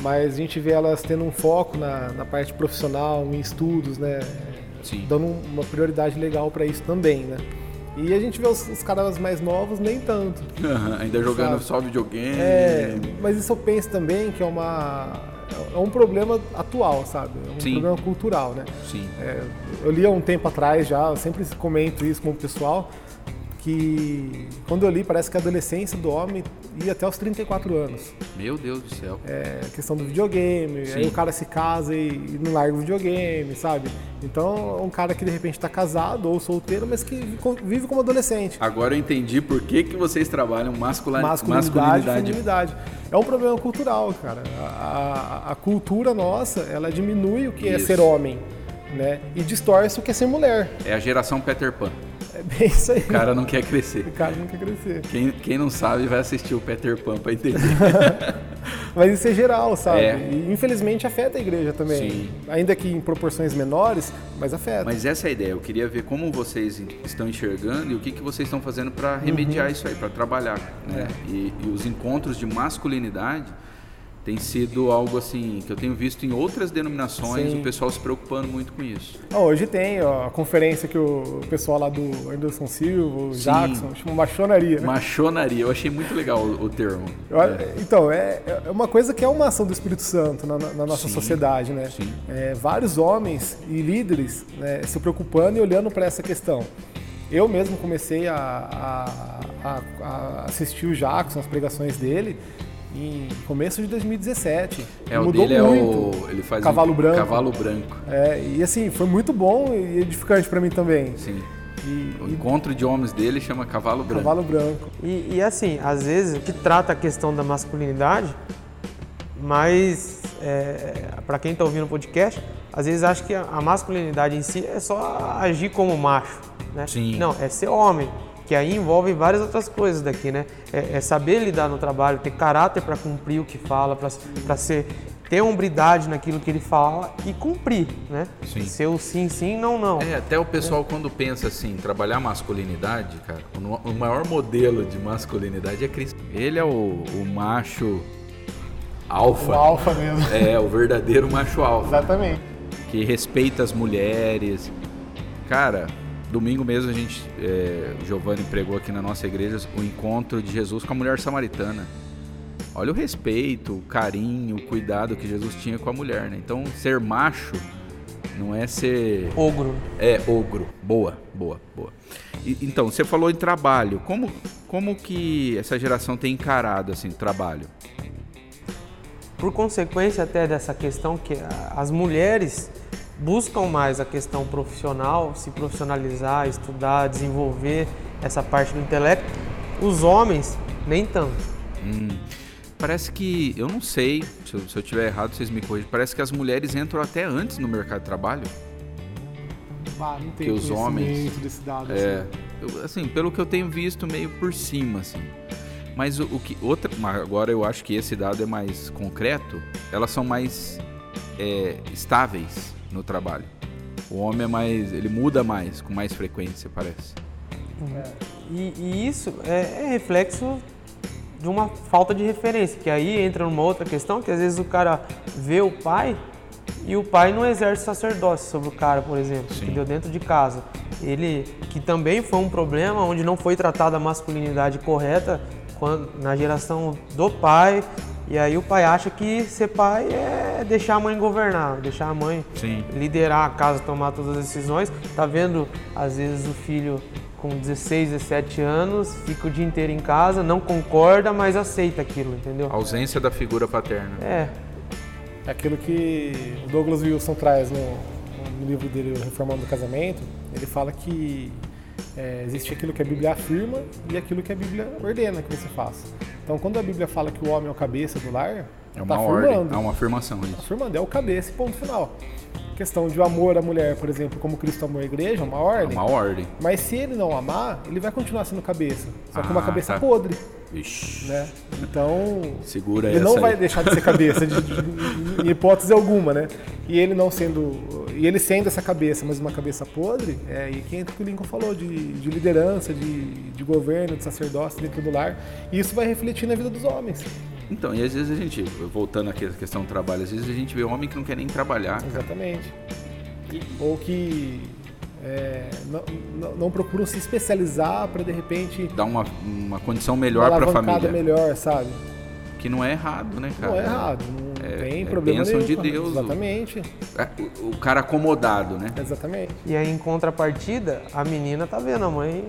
Speaker 2: Mas a gente vê elas tendo um foco na, na parte profissional, em estudos, né?
Speaker 1: Sim.
Speaker 2: Dando um- uma prioridade legal pra isso também, né? E a gente vê os, os caras mais novos nem tanto.
Speaker 1: Aham, Ainda jogando só videogame.
Speaker 2: É, mas isso eu penso também que é uma é um problema atual, sabe? É um
Speaker 1: Sim.
Speaker 2: problema cultural, né?
Speaker 1: Sim.
Speaker 2: É, eu li há um tempo atrás já, eu sempre comento isso com o pessoal, que quando eu li parece que a adolescência do homem ia até os 34 anos.
Speaker 1: Meu Deus do céu.
Speaker 2: É, questão do videogame,
Speaker 1: Sim.
Speaker 2: aí o cara se casa e, e não larga o videogame, sabe? Então é um cara que de repente está casado ou solteiro, mas que vi- co- vive como adolescente.
Speaker 1: Agora eu entendi por que, que vocês trabalham mascula-
Speaker 2: Masculinidade,
Speaker 1: masculinidade.
Speaker 2: feminilidade. É um problema cultural, cara. A, a- a cultura nossa, ela diminui o que é
Speaker 1: Isso.
Speaker 2: ser homem, né? E distorce o que é ser mulher.
Speaker 1: É a geração Peter Pan.
Speaker 2: É bem isso aí.
Speaker 1: O cara não quer crescer.
Speaker 2: O cara nunca crescer.
Speaker 1: Quem, quem não sabe vai assistir o Peter Pan pra entender.
Speaker 2: Mas isso é geral, sabe?
Speaker 1: É.
Speaker 2: E infelizmente afeta a igreja também.
Speaker 1: Sim.
Speaker 2: Ainda que em proporções menores, mas afeta.
Speaker 1: Mas essa é a ideia. Eu queria ver como vocês estão enxergando e o que, que vocês estão fazendo para
Speaker 2: Uhum.
Speaker 1: remediar isso aí, para trabalhar. Né?
Speaker 2: É.
Speaker 1: E, e os encontros de masculinidade têm sido algo assim que eu tenho visto em outras denominações,
Speaker 2: Sim.
Speaker 1: o pessoal se preocupando muito com isso.
Speaker 2: Ah, hoje tem ó, a conferência que o pessoal lá do Anderson Silva, o
Speaker 1: Sim.
Speaker 2: Jackson, chama machonaria, né?
Speaker 1: Machonaria, eu achei muito legal o, o termo.
Speaker 2: Eu a-
Speaker 1: É.
Speaker 2: Então, é, é uma coisa que é uma ação do Espírito Santo na, na- na nossa
Speaker 1: Sim,
Speaker 2: sociedade, né?
Speaker 1: sim.
Speaker 2: É, vários homens e líderes né, se preocupando e olhando para essa questão. Eu mesmo comecei a, a- a- a assistir o Jackson, as pregações dele, em começo de 2017.
Speaker 1: É, o
Speaker 2: Mudou
Speaker 1: dele
Speaker 2: muito.
Speaker 1: é o. Ele faz
Speaker 2: Cavalo
Speaker 1: um-
Speaker 2: branco.
Speaker 1: Cavalo branco.
Speaker 2: É, e assim, foi muito bom e edificante para mim também.
Speaker 1: Sim.
Speaker 2: E,
Speaker 1: O encontro de homens dele chama Cavalo Branco.
Speaker 2: Cavalo branco.
Speaker 3: E, e, assim, às vezes que trata a questão da masculinidade, mas para quem está ouvindo o podcast, às vezes acha que a- a masculinidade em si é só agir como macho, né?
Speaker 1: Sim.
Speaker 3: Não, é ser homem, que aí envolve várias outras coisas daqui, né? É, é saber lidar no trabalho, ter caráter para cumprir o que fala, para ser ter hombridade naquilo que ele fala e cumprir, né?
Speaker 1: Sim.
Speaker 3: Ser o sim, sim, não, não.
Speaker 1: É, até o pessoal quando pensa assim, trabalhar masculinidade, cara, o, no- o maior modelo de masculinidade é Cristo. Ele é o, o macho alfa.
Speaker 2: O alfa mesmo.
Speaker 1: É, o verdadeiro macho alfa,
Speaker 2: Exatamente.
Speaker 1: que respeita as mulheres. Cara, domingo mesmo a gente, é, o Giovanni pregou aqui na nossa igreja o encontro de Jesus com a mulher samaritana. Olha o respeito, o carinho, o cuidado que Jesus tinha com a mulher, né? Então, ser macho não é ser
Speaker 3: Ogro.
Speaker 1: é, ogro. Boa, boa, boa. E- então, você falou em trabalho. Como, como que essa geração tem encarado, assim, trabalho?
Speaker 3: Por consequência até dessa questão que a- as mulheres buscam mais a questão profissional, se profissionalizar, estudar, desenvolver essa parte do intelecto, os homens nem tanto.
Speaker 1: Hum, parece que, eu não sei, se eu, se eu tiver errado, vocês me corrigem. Parece que as mulheres entram até antes no mercado de trabalho.
Speaker 2: Ah, não tem
Speaker 1: Que os homens-
Speaker 2: conhecimento desse dado,
Speaker 1: É,
Speaker 2: assim.
Speaker 1: eu- assim, pelo que eu tenho visto, meio por cima, assim. Mas o, o que outra, mas agora eu acho que esse dado é mais concreto. Elas são mais é, estáveis no trabalho. O homem é mais, ele muda mais, com mais frequência, parece.
Speaker 3: E, e isso é, é reflexo de uma falta de referência, que aí entra numa outra questão, que às vezes o cara vê o pai e o pai não exerce sacerdócio sobre o cara, por exemplo,
Speaker 1: Sim.
Speaker 3: entendeu? Dentro de casa. Ele, que também foi um problema, onde não foi tratada a masculinidade correta quando- na geração do pai, e aí o pai acha que ser pai é deixar a mãe governar, deixar a mãe
Speaker 1: Sim.
Speaker 3: liderar a casa, tomar todas as decisões. Tá vendo, às vezes, o filho com 16, 17 anos, fica o dia inteiro em casa, não concorda, mas aceita aquilo, entendeu?
Speaker 1: A ausência da figura paterna.
Speaker 3: É,
Speaker 2: É aquilo que o Douglas Wilson traz no, no livro dele, o Reformando o Casamento. Ele fala que é, existe aquilo que a Bíblia afirma e aquilo que a Bíblia ordena que você faça. Então, quando a Bíblia fala que o homem é o cabeça do lar,
Speaker 1: É
Speaker 2: tá
Speaker 1: uma ordem,
Speaker 2: afirmando.
Speaker 1: é uma afirmação isso.
Speaker 2: Afirmando, é o cabeça e ponto final. Questão de amor à mulher, por exemplo, como Cristo amou a igreja, é uma
Speaker 1: É
Speaker 2: ordem.
Speaker 1: uma ordem.
Speaker 2: Mas se ele não amar, ele vai continuar sendo cabeça. Só que uma
Speaker 1: Ah,
Speaker 2: cabeça
Speaker 1: tá.
Speaker 2: podre,
Speaker 1: Vixe.
Speaker 2: né? Então,
Speaker 1: Segura
Speaker 2: Ele
Speaker 1: essa.
Speaker 2: não vai
Speaker 1: aí.
Speaker 2: deixar de ser cabeça, de, de- em hipótese alguma, né? E ele não sendo. E ele sendo essa cabeça, mas uma cabeça podre, é, e que entra o que o Lincoln falou, de, de liderança, de, de governo, de sacerdócio dentro do lar. E isso vai refletir na vida dos homens.
Speaker 1: Então, e às vezes a gente, voltando aqui à questão do trabalho, às vezes a gente vê homem que não quer nem trabalhar.
Speaker 2: Exatamente. Ou que é, não, não- não procuram se especializar para de repente
Speaker 1: Dá uma, uma condição melhor
Speaker 2: uma
Speaker 1: para a
Speaker 2: alavancada
Speaker 1: família.
Speaker 2: melhor, sabe?
Speaker 1: Que não é errado, né, cara?
Speaker 2: Não é errado, não
Speaker 1: É-
Speaker 2: tem
Speaker 1: é
Speaker 2: problema
Speaker 1: bênção
Speaker 2: nenhum.
Speaker 1: de
Speaker 2: com-
Speaker 1: Deus.
Speaker 2: Exatamente,
Speaker 1: É, o- o cara acomodado, né?
Speaker 2: exatamente.
Speaker 3: e aí em contrapartida, a menina tá vendo a mãe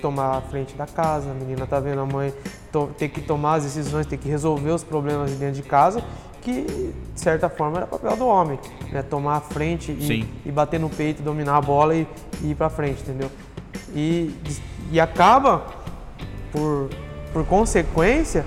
Speaker 3: tomar a frente da casa, a menina tá vendo a mãe to- ter que tomar as decisões, ter que resolver os problemas de dentro de casa, que de certa forma era papel do homem, né? Tomar a frente e,
Speaker 1: Sim.
Speaker 3: e bater no peito, dominar a bola e, e ir pra frente, entendeu? E, e acaba, por, por consequência,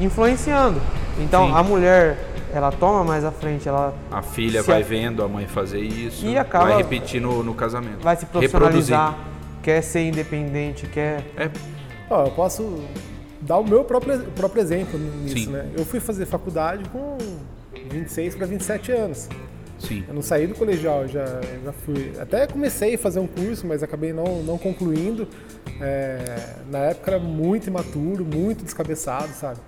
Speaker 3: influenciando. Então
Speaker 1: Sim.
Speaker 3: a mulher, ela toma mais a frente, ela
Speaker 1: A filha
Speaker 3: Se
Speaker 1: vai
Speaker 3: a-
Speaker 1: vendo a mãe fazer isso,
Speaker 3: E acaba-
Speaker 1: vai repetir no, no casamento.
Speaker 3: vai se profissionalizar, quer ser independente, quer.
Speaker 1: Reproduzir. É,
Speaker 2: Ó, eu posso dar o meu próprio, próprio exemplo
Speaker 1: Sim.
Speaker 2: nisso, né? Eu fui fazer faculdade com 26 para 27 anos.
Speaker 1: É, Sim.
Speaker 2: Eu não saí do colegial, eu já, eu já fui. Até comecei a fazer um curso, mas acabei não, não concluindo. É, na época era muito imaturo, muito descabeçado, sabe?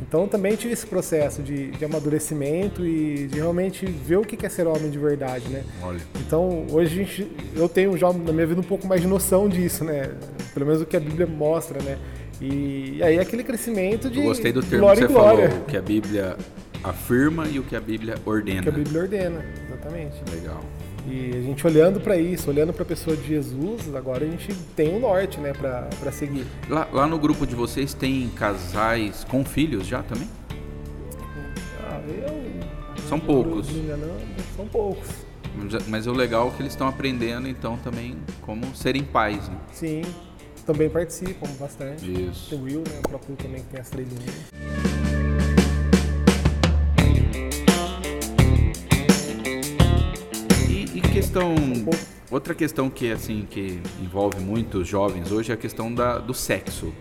Speaker 2: Então também tive esse processo de, de amadurecimento e de realmente ver o que que é ser homem de verdade, né?
Speaker 1: Olha.
Speaker 2: Então hoje a gente, eu tenho já na minha vida um pouco mais de noção disso, né? Pelo menos o que a Bíblia mostra, né? E, e aí é aquele crescimento de
Speaker 1: Eu gostei do termo
Speaker 2: glória
Speaker 1: que
Speaker 2: em
Speaker 1: você
Speaker 2: glória
Speaker 1: falou, o que a Bíblia afirma e o que a Bíblia ordena.
Speaker 2: que a Bíblia ordena, exatamente.
Speaker 1: Legal.
Speaker 2: E a gente olhando para isso, olhando para a pessoa de Jesus, agora a gente tem um norte, né, para seguir.
Speaker 1: Lá, lá no grupo de vocês tem casais com filhos já também?
Speaker 2: Ah, eu,
Speaker 1: São poucos.
Speaker 2: se não me engano, são poucos.
Speaker 1: Mas- Mas o legal é que eles estão aprendendo então também como serem pais, né?
Speaker 2: Sim, também participam bastante.
Speaker 1: Isso.
Speaker 2: Tem o Will, né, o próprio também que tem as três meninas.
Speaker 1: E, e questão.
Speaker 2: pouco.
Speaker 1: Outra questão que assim que envolve muito os jovens hoje é a questão da, do sexo.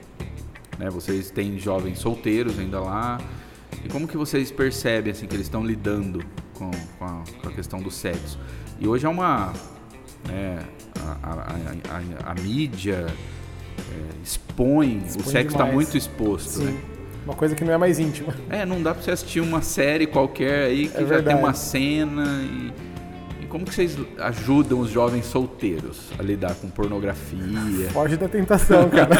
Speaker 1: Né? Vocês têm jovens solteiros ainda lá. E como que vocês percebem assim que eles estão lidando com, com a, com a questão do sexo? E hoje é uma né, a, a- a- a- a mídia é, expõe,
Speaker 2: Expõe
Speaker 1: o sexo está
Speaker 2: demais.
Speaker 1: muito exposto,
Speaker 2: Sim.
Speaker 1: né?
Speaker 2: Uma coisa que não é mais íntima.
Speaker 1: É, não dá pra você assistir uma série qualquer aí que já
Speaker 2: É
Speaker 1: tem
Speaker 2: verdade.
Speaker 1: uma cena e... e como que vocês ajudam os jovens solteiros a lidar com pornografia?
Speaker 2: Foge da tentação, cara.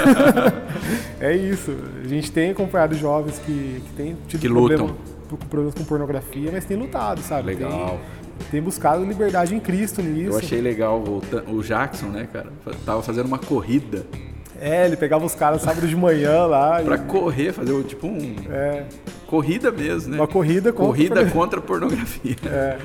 Speaker 2: é isso. A gente tem acompanhado jovens que, que têm tido
Speaker 1: Que
Speaker 2: problema-
Speaker 1: lutam.
Speaker 2: pro- problemas com pornografia, mas tem lutado, sabe?
Speaker 1: Legal.
Speaker 2: Tem, tem buscado liberdade em Cristo nisso.
Speaker 1: Eu achei legal voltando, o Jackson, né, cara? Fa- Tava fazendo uma corrida
Speaker 2: É, ele pegava os caras sábado de manhã lá. e-
Speaker 1: pra correr, fazer o- tipo um
Speaker 2: É,
Speaker 1: corrida mesmo, né?
Speaker 2: uma corrida contra.
Speaker 1: corrida contra a pornografia.
Speaker 2: É.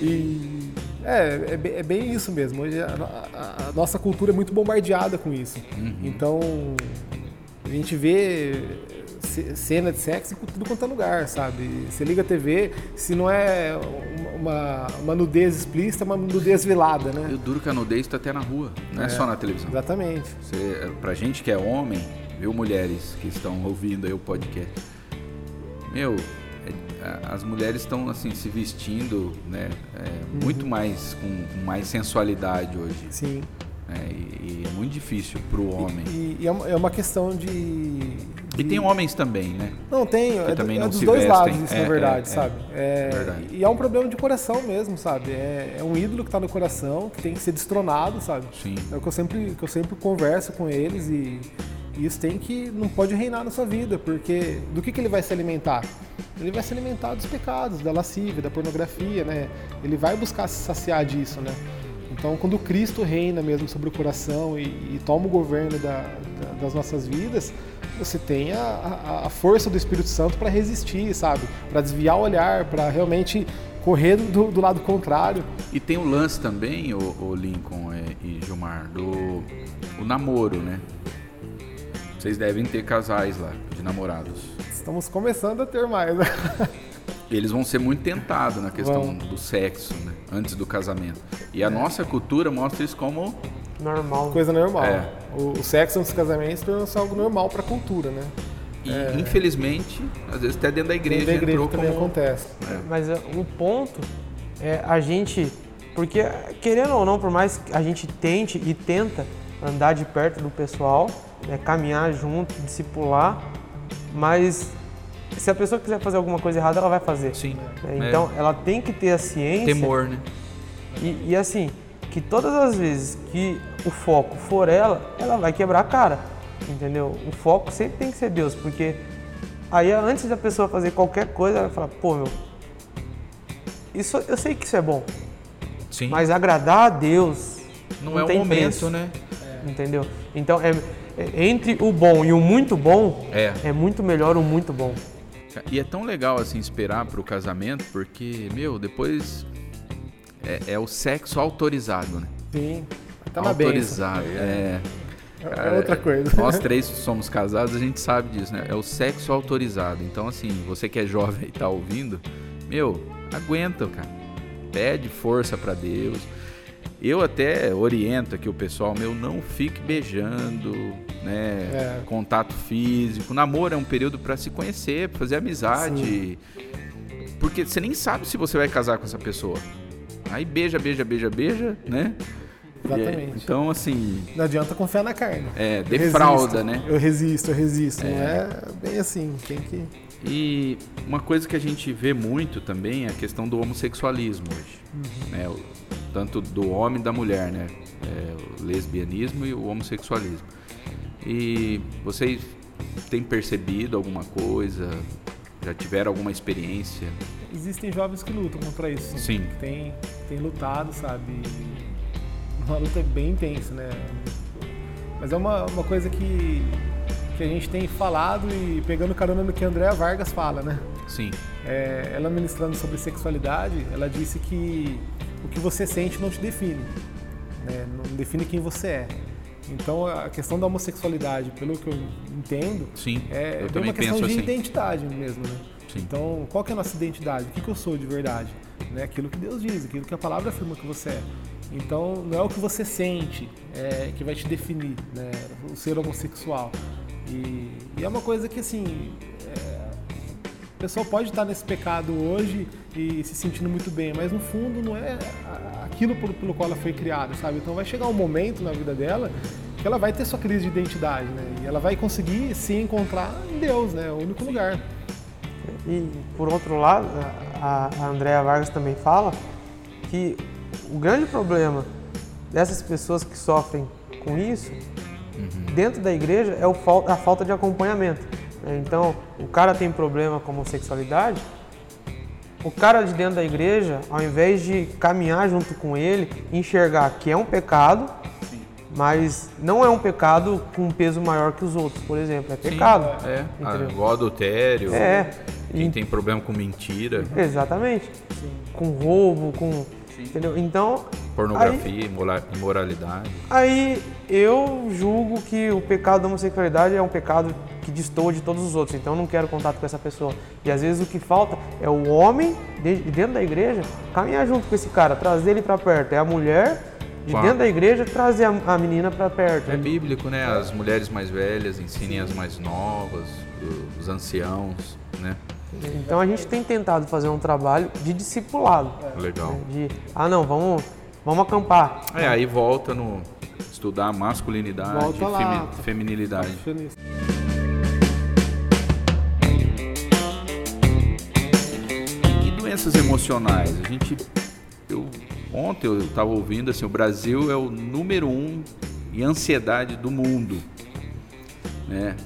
Speaker 2: E. É, é be- é bem isso mesmo. Hoje a, a- a nossa cultura é muito bombardeada com isso. Então, a gente vê ce- cena de sexo em tudo quanto é lugar, sabe? Você liga a TV, se não é uma- uma, uma nudez explícita, é uma nudez velada,
Speaker 1: Eu
Speaker 2: né?
Speaker 1: duro que a nudez tá até na rua, não é, só na televisão.
Speaker 2: Exatamente.
Speaker 1: Você, pra gente que é homem, viu, mulheres que estão ouvindo aí o podcast, meu, é- a- as mulheres estão assim se vestindo, né, é, muito mais com, com mais sensualidade hoje,
Speaker 2: Sim.
Speaker 1: né, e, e é muito difícil pro homem. E,
Speaker 2: E, e é, uma, é uma questão de. de-
Speaker 1: tem homens também, né?
Speaker 2: Não, tem. É, do-
Speaker 1: também
Speaker 2: é
Speaker 1: não
Speaker 2: dos
Speaker 1: se
Speaker 2: dois
Speaker 1: vestem.
Speaker 2: lados isso,
Speaker 1: É,
Speaker 2: na verdade,
Speaker 1: é, é.
Speaker 2: sabe? É,
Speaker 1: Verdade.
Speaker 2: E é um problema de coração mesmo, sabe? É, é um ídolo que tá no coração, que tem que ser destronado, sabe?
Speaker 1: Sim.
Speaker 2: É o que eu sempre, que eu sempre converso com eles e, e isso tem que. não pode reinar na sua vida, porque do que, que ele vai se alimentar? Ele vai se alimentar dos pecados, da lascívia, da pornografia, né? Ele vai buscar se saciar disso, né? Então, quando Cristo reina mesmo sobre o coração e, e toma o governo da- da- das nossas vidas, você tem a, a- a força do Espírito Santo para resistir, sabe? Para desviar o olhar, para realmente correr do, do lado contrário.
Speaker 1: E tem o lance também, o, o Lincoln é, e Gilmar, do o namoro, né? Vocês devem ter casais lá de namorados.
Speaker 2: Estamos começando a ter mais.
Speaker 1: eles vão ser muito tentados na questão
Speaker 2: Vão.
Speaker 1: do sexo, né? Antes do casamento. E a nossa cultura mostra isso como.
Speaker 3: Normal.
Speaker 2: coisa normal.
Speaker 1: É.
Speaker 2: O, o sexo nos casamentos tornou-se é algo normal para a cultura, né?
Speaker 1: E, infelizmente, às vezes até dentro da igreja,
Speaker 2: Dentro da igreja
Speaker 1: entrou
Speaker 2: também
Speaker 1: como.
Speaker 2: acontece.
Speaker 3: Mas é, o ponto é a gente, porque querendo ou não, por mais que a gente tente e tenta andar de perto do pessoal, né, caminhar junto, discipular, mas se a pessoa quiser fazer alguma coisa errada, ela vai fazer.
Speaker 1: Sim. É.
Speaker 3: né? Então ela tem que ter a ciência
Speaker 1: Temor, né?
Speaker 3: e, e assim, que todas as vezes que o foco for ela, ela vai quebrar a cara, entendeu? O foco sempre tem que ser Deus, porque aí antes da pessoa fazer qualquer coisa, ela vai falar, pô, meu, isso, eu sei que isso é bom,
Speaker 1: Sim.
Speaker 3: mas agradar a Deus
Speaker 1: não,
Speaker 3: não
Speaker 1: é o
Speaker 3: tem
Speaker 1: momento,
Speaker 3: preço.
Speaker 1: né?
Speaker 3: Entendeu? Então, é, é- entre o bom e o muito bom,
Speaker 1: É.
Speaker 3: é muito melhor o muito bom.
Speaker 1: E é tão legal assim esperar pro casamento, porque, meu, depois. É, é o sexo autorizado, né?
Speaker 2: Sim. Tá na benção.
Speaker 1: autorizado. É.
Speaker 2: É outra coisa.
Speaker 1: Nós três somos casados, a gente sabe disso, né? É o sexo autorizado. Então, assim, você que é jovem e tá ouvindo, meu, aguenta, cara. Pede força pra Deus. Eu até oriento aqui o pessoal meu, não fique beijando, né?
Speaker 2: É.
Speaker 1: Contato físico. Namoro é um período para se conhecer, pra fazer amizade. Porque você nem sabe se você vai casar com essa pessoa. Aí beija, beija, beija, beija, né? E aí-
Speaker 2: Exatamente.
Speaker 1: então, assim,
Speaker 2: Não adianta confiar na carne.
Speaker 1: é,
Speaker 2: Eu
Speaker 1: defrauda,
Speaker 2: resisto,
Speaker 1: né?
Speaker 2: Eu resisto, eu resisto. Não é bem assim, tem que.
Speaker 1: E uma coisa que a gente vê muito também é a questão do homossexualismo hoje, né? O- tanto do homem e da mulher, né? É, o lesbianismo e o homossexualismo. E vocês têm percebido alguma coisa? Já tiveram alguma experiência?
Speaker 4: Existem jovens que lutam contra isso.
Speaker 1: Sim.
Speaker 4: Que tem, tem lutado, sabe? Uma luta bem intensa, né?
Speaker 2: Mas é uma, uma coisa que, que a gente tem falado e pegando carona no que a Andrea Vargas fala, né?
Speaker 1: Sim.
Speaker 2: É, ela ministrando sobre sexualidade, ela disse que o que você sente não te define, né? não define quem você é. Então a questão da homossexualidade, pelo que eu entendo,
Speaker 1: Sim.
Speaker 2: é
Speaker 1: eu
Speaker 2: bem
Speaker 1: também
Speaker 2: uma questão
Speaker 1: penso
Speaker 2: de
Speaker 1: assim.
Speaker 2: identidade mesmo, né?
Speaker 1: Sim.
Speaker 2: Então, qual que é a nossa identidade? O que, que eu sou de verdade? Né? Aquilo que Deus diz, aquilo que a palavra afirma que você é. Então, não é o que você sente é, que vai te definir, né? O ser homossexual. E, e é uma coisa que, assim, é, o pessoal pode estar nesse pecado hoje e se sentindo muito bem, mas no fundo não é a- aquilo pelo, pelo qual ela foi criada, sabe? Então vai chegar um momento na vida dela que ela vai ter sua crise de identidade, né? E ela vai conseguir se encontrar em Deus, né? O único lugar.
Speaker 3: E por outro lado, a, a Andrea Vargas também fala que o grande problema dessas pessoas que sofrem com isso
Speaker 1: Uhum.
Speaker 3: dentro da igreja é o fal- a falta de acompanhamento. né? Então, o cara tem problema com a homossexualidade, o cara de dentro da igreja, ao invés de caminhar junto com ele, enxergar que é um pecado, mas não é um pecado com um peso maior que os outros, por exemplo, é pecado.
Speaker 1: É, ah,
Speaker 3: Entendeu?
Speaker 1: igual adultério.
Speaker 3: É.
Speaker 1: Quem
Speaker 3: E- É.
Speaker 1: tem problema com mentira,
Speaker 3: Exatamente. Com roubo, com. Entendeu? Então. Aí,
Speaker 1: pornografia, imora- imoralidade.
Speaker 3: aí eu julgo que o pecado da homossexualidade é um pecado que destoa de todos os outros, então eu não quero contato com essa pessoa. E às vezes o que falta é o homem, de de dentro da igreja, caminhar junto com esse cara, trazer ele pra perto. É a mulher, de
Speaker 1: Claro.
Speaker 3: dentro da igreja, trazer a, a menina pra perto.
Speaker 1: É bíblico, né? As mulheres mais velhas ensinem as mais novas, o- os anciãos, né?
Speaker 3: Então a gente tem tentado fazer um trabalho de discipulado.
Speaker 1: É. Legal.
Speaker 3: De, ah, não, vamos, vamos acampar.
Speaker 1: É, aí volta no estudar masculinidade,
Speaker 2: Volta lá.
Speaker 1: femi- feminilidade. E doenças emocionais? A gente. Eu, ontem eu estava ouvindo assim, o Brasil é o número um em ansiedade do mundo. Né?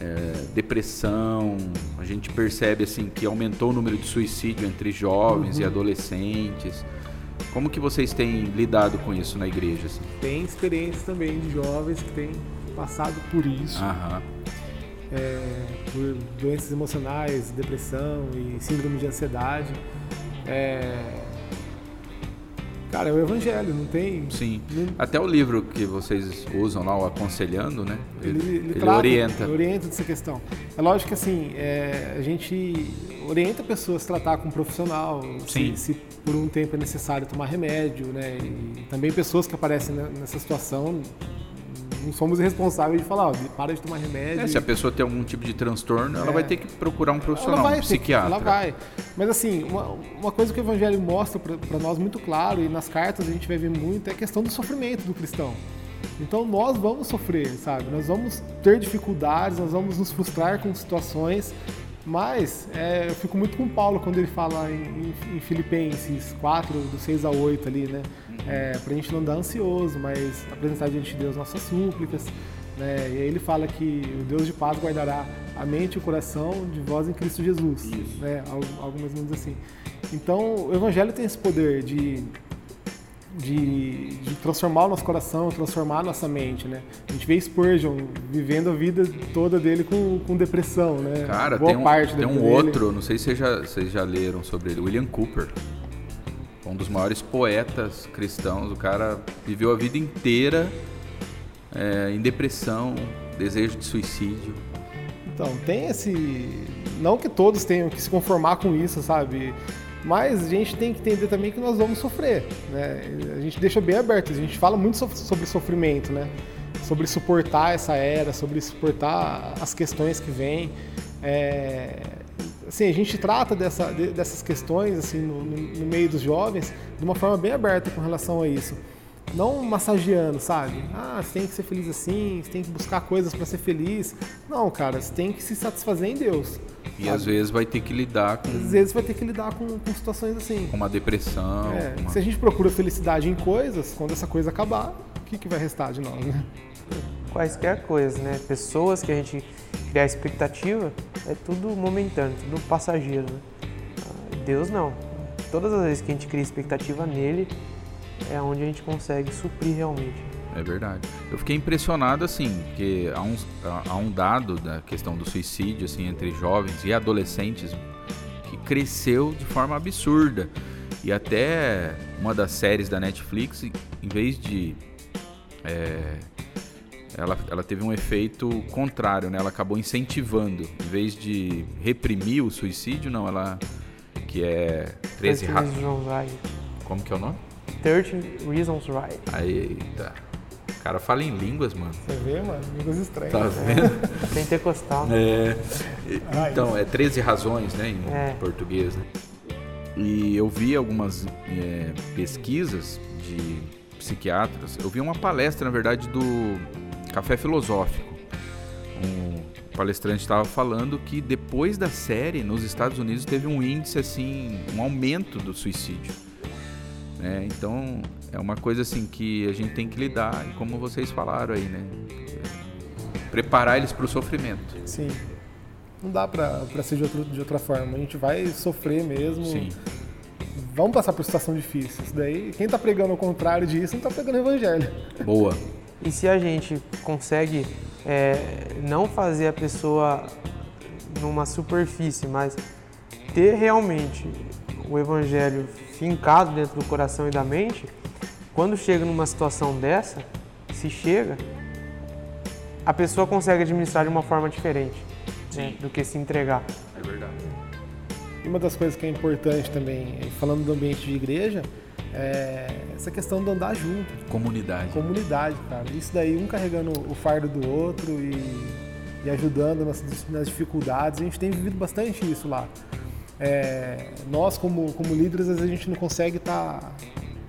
Speaker 1: É, depressão, a gente percebe assim que aumentou o número de suicídio entre jovens
Speaker 2: Uhum.
Speaker 1: e adolescentes. Como que vocês têm lidado com isso na igreja? Assim?
Speaker 2: Tem experiência também de jovens que têm passado por isso,
Speaker 1: Aham.
Speaker 2: é,
Speaker 1: Ah.
Speaker 2: por doenças emocionais, depressão e síndrome de ansiedade. É, Cara, é o evangelho, não tem.
Speaker 1: Sim. Até o livro que vocês usam lá, o Aconselhando, né?
Speaker 2: Ele, ele
Speaker 1: ele
Speaker 2: trata,
Speaker 1: orienta.
Speaker 2: ele orienta dessa questão. É lógico que assim, é, a gente orienta pessoas a tratar com um profissional,
Speaker 1: Sim.
Speaker 2: se, se por um tempo é necessário tomar remédio, né? E também pessoas que aparecem ne- nessa situação, não somos irresponsáveis de falar, ó, para de tomar remédio.
Speaker 1: É, se a pessoa tem algum tipo de transtorno, ela vai ter que procurar um profissional,
Speaker 2: É. Ela vai,
Speaker 1: um
Speaker 2: ter-
Speaker 1: psiquiatra.
Speaker 2: Ela vai. Mas assim, uma, uma coisa que o Evangelho mostra para nós muito claro, e nas cartas a gente vai ver muito, é a questão do sofrimento do cristão. Então nós vamos sofrer, sabe? Nós vamos ter dificuldades, nós vamos nos frustrar com situações, mas é, eu fico muito com Paulo quando ele fala em, em- em Filipenses 4, do 6 a 8 ali, né? É, pra gente não andar ansioso, mas apresentar diante de Deus nossas súplicas, né? E aí ele fala que o Deus de paz guardará a mente e o coração de vós em Cristo Jesus, né? Algo, algo mais ou menos assim. Então, o Evangelho tem esse poder de, de, de transformar o nosso coração, transformar a nossa mente, né? A gente vê Spurgeon vivendo a vida toda dele com, com depressão, né?
Speaker 1: Cara,
Speaker 2: Boa
Speaker 1: tem um,
Speaker 2: parte da
Speaker 1: tem
Speaker 2: vida
Speaker 1: um
Speaker 2: dele.
Speaker 1: outro, não sei se vocês já, vocês já leram sobre ele, William Cooper. Um dos maiores poetas cristãos. O cara viveu a vida inteira é, em depressão, desejo de suicídio.
Speaker 2: Então, tem esse. Não que todos tenham que se conformar com isso, sabe? Mas a gente tem que entender também que nós vamos sofrer, né? A gente deixa bem aberto, a gente fala muito so- sobre sofrimento, né? Sobre suportar essa era, sobre suportar as questões que vêm. É, assim, a gente trata dessa- de- dessas questões assim no, no- no meio dos jovens de uma forma bem aberta com relação a isso. Não massageando, sabe? Ah, você tem que ser feliz assim, você tem que buscar coisas para ser feliz. Não, cara, você tem que se satisfazer em Deus.
Speaker 1: E às vezes vai ter que lidar com,
Speaker 2: Às vezes vai ter que lidar com, com situações assim.
Speaker 1: com uma depressão.
Speaker 2: É,
Speaker 1: com uma-
Speaker 2: se a gente procura felicidade em coisas, quando essa coisa acabar, o que, que vai restar de nós, né?
Speaker 3: Quaisquer coisas, né? Pessoas que a gente criar expectativa, é tudo momentâneo, tudo passageiro, né? Ah, Deus não. Todas as vezes que a gente cria expectativa nele, é onde a gente consegue suprir realmente.
Speaker 1: É verdade. Eu fiquei impressionado, assim, porque há, uns- há- há um dado da questão do suicídio, assim, entre jovens e adolescentes que cresceu de forma absurda. E até uma das séries da Netflix, em vez de... é, ela, ela teve um efeito contrário, né? Ela acabou incentivando. Em vez de reprimir o suicídio, não, ela... Que é 13
Speaker 3: 13
Speaker 1: ra-
Speaker 3: Reasons Why.
Speaker 1: Como que é o nome?
Speaker 3: 13 Reasons Why.
Speaker 1: Aí, tá. O cara fala em línguas, mano.
Speaker 2: Você vê, mano? Línguas estranhas.
Speaker 1: Tá vendo?
Speaker 3: Pentecostal. né?
Speaker 1: É. Então, é 13 razões, né, em
Speaker 3: É.
Speaker 1: português, né? E eu vi algumas é, pesquisas de psiquiatras. Eu vi uma palestra, na verdade, do Café Filosófico. Um palestrante estava falando que depois da série, nos Estados Unidos, teve um índice, assim, um aumento do suicídio. né? Então, é uma coisa, assim, que a gente tem que lidar, e como vocês falaram aí, né? Preparar eles para o sofrimento.
Speaker 2: Sim. assim. Não dá pra, pra ser de, outro- de outra forma. A gente vai sofrer mesmo.
Speaker 1: Sim.
Speaker 2: Vamos passar por situação difícil. Isso daí, quem tá pregando ao contrário disso, não tá pregando o evangelho.
Speaker 1: Boa.
Speaker 3: E se a gente consegue é, não fazer a pessoa numa superfície, mas ter realmente o evangelho fincado dentro do coração e da mente, quando chega numa situação dessa, se chega, a pessoa consegue administrar de uma forma diferente né, do que se entregar.
Speaker 1: É verdade.
Speaker 2: E uma das coisas que é importante também, falando do ambiente de igreja, é essa questão do andar junto.
Speaker 1: Comunidade.
Speaker 2: comunidade, cara. Isso daí, um carregando o fardo do outro e, e ajudando nas, nas dificuldades. A gente tem vivido bastante isso lá. É, nós, como, como líderes, às vezes a gente não consegue estar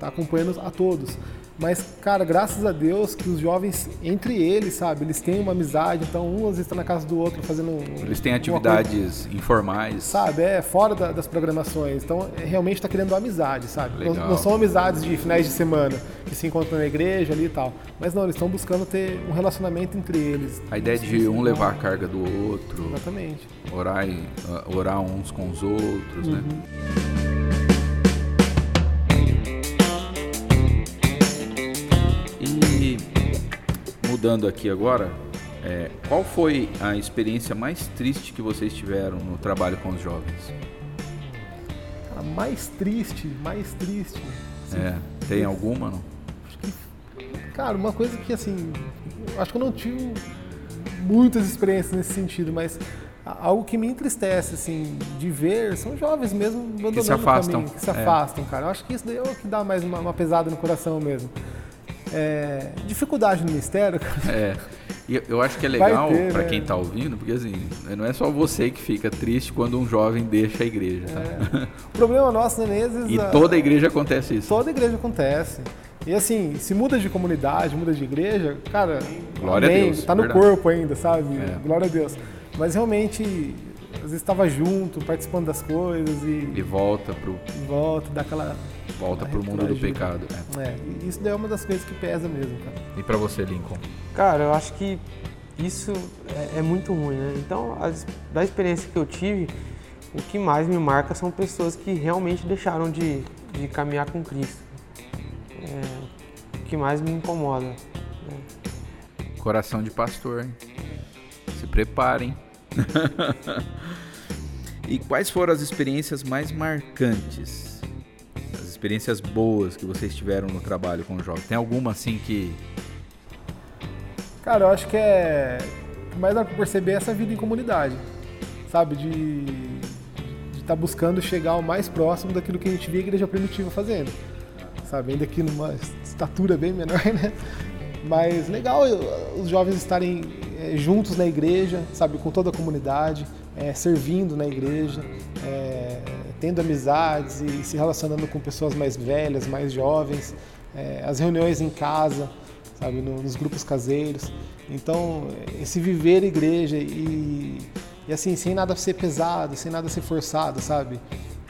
Speaker 2: acompanhando a todos. Mas, cara, graças a Deus que os jovens, entre eles, sabe, eles têm uma amizade. Então, um às vezes está na casa do outro fazendo.
Speaker 1: Eles têm
Speaker 2: alguma coisa
Speaker 1: atividades informais.
Speaker 2: sabe? É fora da- das programações. Então, é, realmente está criando amizade, sabe? Não,
Speaker 1: Legal.
Speaker 2: não são amizades de finais de semana que se encontram na igreja ali e tal. Mas não, eles estão buscando ter um relacionamento entre eles.
Speaker 1: A ideia de um levar a carga do outro,
Speaker 2: Exatamente.
Speaker 1: orar, em- ah, orar uns com os outros, né? E mudando aqui agora, é, qual foi a experiência mais triste que vocês tiveram no trabalho com os jovens?
Speaker 2: Cara, mais triste, mais triste.
Speaker 1: É, tem alguma? Não?
Speaker 2: Cara, uma coisa que assim, eu acho que eu não tive muitas experiências nesse sentido, mas a- algo que me entristece, assim, de ver, são jovens mesmo abandonando
Speaker 1: se afastam.
Speaker 2: o caminho, que se
Speaker 1: É.
Speaker 2: afastam, cara. Eu acho que isso daí é o que dá mais uma, uma pesada no coração mesmo. É, dificuldade no ministério, cara.
Speaker 1: É. E eu- eu acho que é
Speaker 2: Vai
Speaker 1: legal
Speaker 2: ter,
Speaker 1: pra
Speaker 2: né?
Speaker 1: quem tá ouvindo, porque assim, não é só você que fica triste quando um jovem deixa a igreja, tá?
Speaker 2: O problema nosso, né, às vezes,
Speaker 1: E
Speaker 2: a-
Speaker 1: toda igreja acontece isso.
Speaker 2: toda igreja acontece. E assim, se muda de comunidade, muda de igreja, cara,
Speaker 1: Glória a
Speaker 2: amém,
Speaker 1: Deus,
Speaker 2: tá no
Speaker 1: verdade.
Speaker 2: corpo ainda, sabe?
Speaker 1: É.
Speaker 2: Glória a Deus. Mas realmente, às vezes estava junto, participando das coisas
Speaker 1: Ele
Speaker 2: e
Speaker 1: volta pro
Speaker 2: volta, dá aquela.
Speaker 1: volta
Speaker 2: Vai
Speaker 1: pro mundo do
Speaker 2: retroagir.
Speaker 1: pecado. né?
Speaker 2: É, e isso daí é uma das coisas que pesa mesmo, cara.
Speaker 1: E pra você, Lincoln?
Speaker 3: Cara, eu acho que isso é, é muito ruim, né? Então, as- da experiência que eu tive, o que mais me marca são pessoas que realmente deixaram de, de caminhar com Cristo. É, o que mais me incomoda. né?
Speaker 1: Coração de pastor, hein? Se preparem. e quais foram as experiências mais marcantes? As experiências boas que vocês tiveram no trabalho com os jovens? Tem alguma assim que
Speaker 2: Cara, eu acho que é. O que mais dá pra perceber é essa vida em comunidade, sabe? De. de está buscando chegar o mais próximo daquilo que a gente via a igreja primitiva fazendo. Sabe, ainda que numa estatura bem menor, né? Mas legal eu- os jovens estarem eh, juntos na igreja, sabe, com toda a comunidade, eh, servindo na igreja, eh, tendo amizades e se relacionando com pessoas mais velhas, mais jovens, eh, as reuniões em casa, sabe, no- nos grupos caseiros. Então, eh, esse viver igreja e, e assim, sem nada ser pesado, sem nada ser forçado, sabe?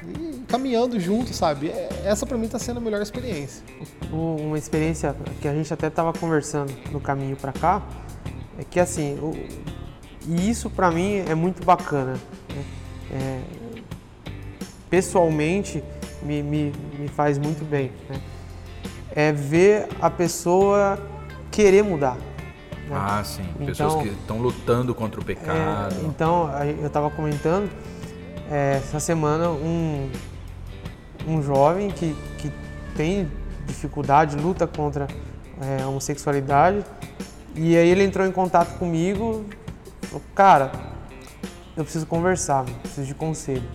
Speaker 2: E caminhando junto, sabe? Eh, Essa pra mim tá sendo a melhor experiência.
Speaker 3: Um- uma experiência que a gente até estava conversando no caminho para cá é que assim o- e isso para mim é muito bacana né? É, pessoalmente me, me, me faz muito bem né? é ver a pessoa querer mudar né?
Speaker 1: Ah, sim. Pessoas
Speaker 3: Então-
Speaker 1: que estão lutando contra o
Speaker 3: É,
Speaker 1: pecado.
Speaker 3: então, aí eu estava comentando, é, essa semana um, um jovem que, que tem dificuldade, luta contra é, a homossexualidade, e aí ele entrou em contato comigo, falou, cara, eu preciso conversar, eu preciso de conselho,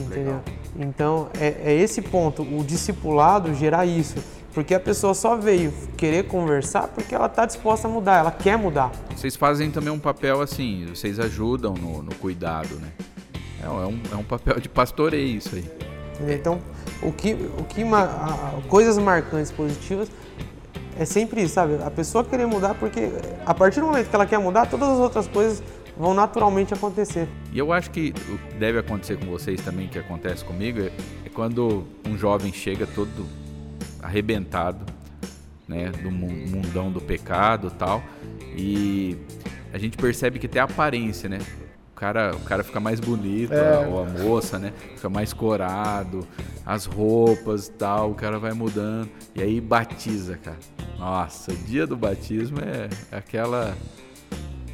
Speaker 3: entendeu?
Speaker 1: Legal.
Speaker 3: Então, é, é esse ponto, o discipulado gerar isso, porque a pessoa só veio querer conversar porque ela está disposta a mudar, ela quer mudar.
Speaker 1: Vocês fazem também um papel assim, vocês ajudam no, no cuidado, né? É, um- é um, é um papel de pastoreio isso aí.
Speaker 3: Entendeu? Então, o que, o que ma- a- a- coisas marcantes, positivas, é sempre isso, sabe? A pessoa querer mudar, porque a partir do momento que ela quer mudar, todas as outras coisas vão naturalmente acontecer.
Speaker 1: E eu acho que o que deve acontecer com vocês também, que acontece comigo, é, é quando um jovem chega todo arrebentado, né, do mun- mundão do pecado e tal, e a gente percebe que tem aparência, né? O cara, o cara fica mais bonito, a- ou a moça, né? Fica mais corado, as roupas e tal, o cara vai mudando. E aí batiza, cara. Nossa, o dia do batismo é aquela,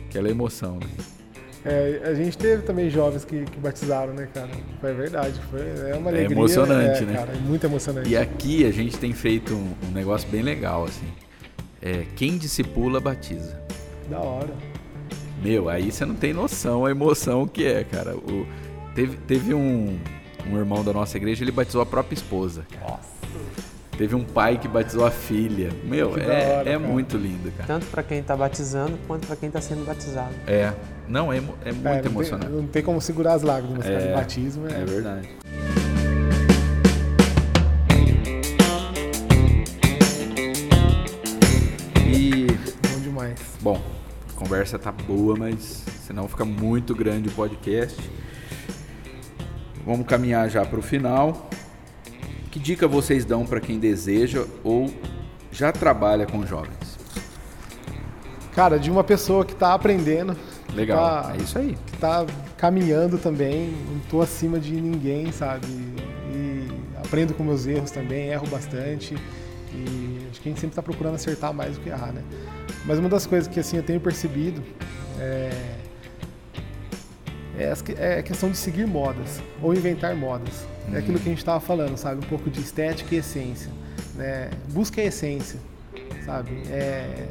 Speaker 1: aquela emoção, né?
Speaker 2: É, a gente teve também jovens que, que batizaram, né, cara? Foi verdade, foi é uma
Speaker 1: É
Speaker 2: alegria.
Speaker 1: emocionante,
Speaker 2: é,
Speaker 1: né?
Speaker 2: Cara, é muito emocionante.
Speaker 1: E aqui a gente tem feito um, um negócio bem legal, assim. É, quem discipula, batiza.
Speaker 2: Da hora.
Speaker 1: Meu, aí você não tem noção a emoção que é, cara. O- teve teve um, um irmão da nossa igreja, ele batizou a própria esposa. Cara. Teve um pai que batizou a filha. Meu,
Speaker 2: Que da
Speaker 1: é,
Speaker 2: hora,
Speaker 1: é
Speaker 2: cara.
Speaker 1: muito lindo, cara.
Speaker 3: Tanto para quem está batizando, quanto para quem está sendo batizado.
Speaker 1: É. Não, é, emo- é
Speaker 2: É, não
Speaker 1: muito
Speaker 2: tem-
Speaker 1: emocionante.
Speaker 2: não tem como segurar as lágrimas, cara.
Speaker 1: É.
Speaker 2: O batismo é.
Speaker 1: É verdade. E
Speaker 2: bom demais.
Speaker 1: Bom, a conversa tá boa, mas senão fica muito grande o podcast. Vamos caminhar já para o final. Que dica vocês dão para quem deseja ou já trabalha com jovens?
Speaker 2: Cara, de uma pessoa que tá aprendendo. que
Speaker 1: Legal,
Speaker 2: tá-
Speaker 1: é isso aí.
Speaker 2: que tá caminhando também, não tô acima de ninguém, sabe? E aprendo com meus erros também, erro bastante. E acho que a gente sempre tá procurando acertar mais do que errar, né? Mas uma das coisas que assim eu tenho percebido é é as que- é a questão de seguir modas ou inventar modas. É aquilo que a gente estava falando, sabe? Um pouco de estética e essência. Né? Busca a essência, sabe? É,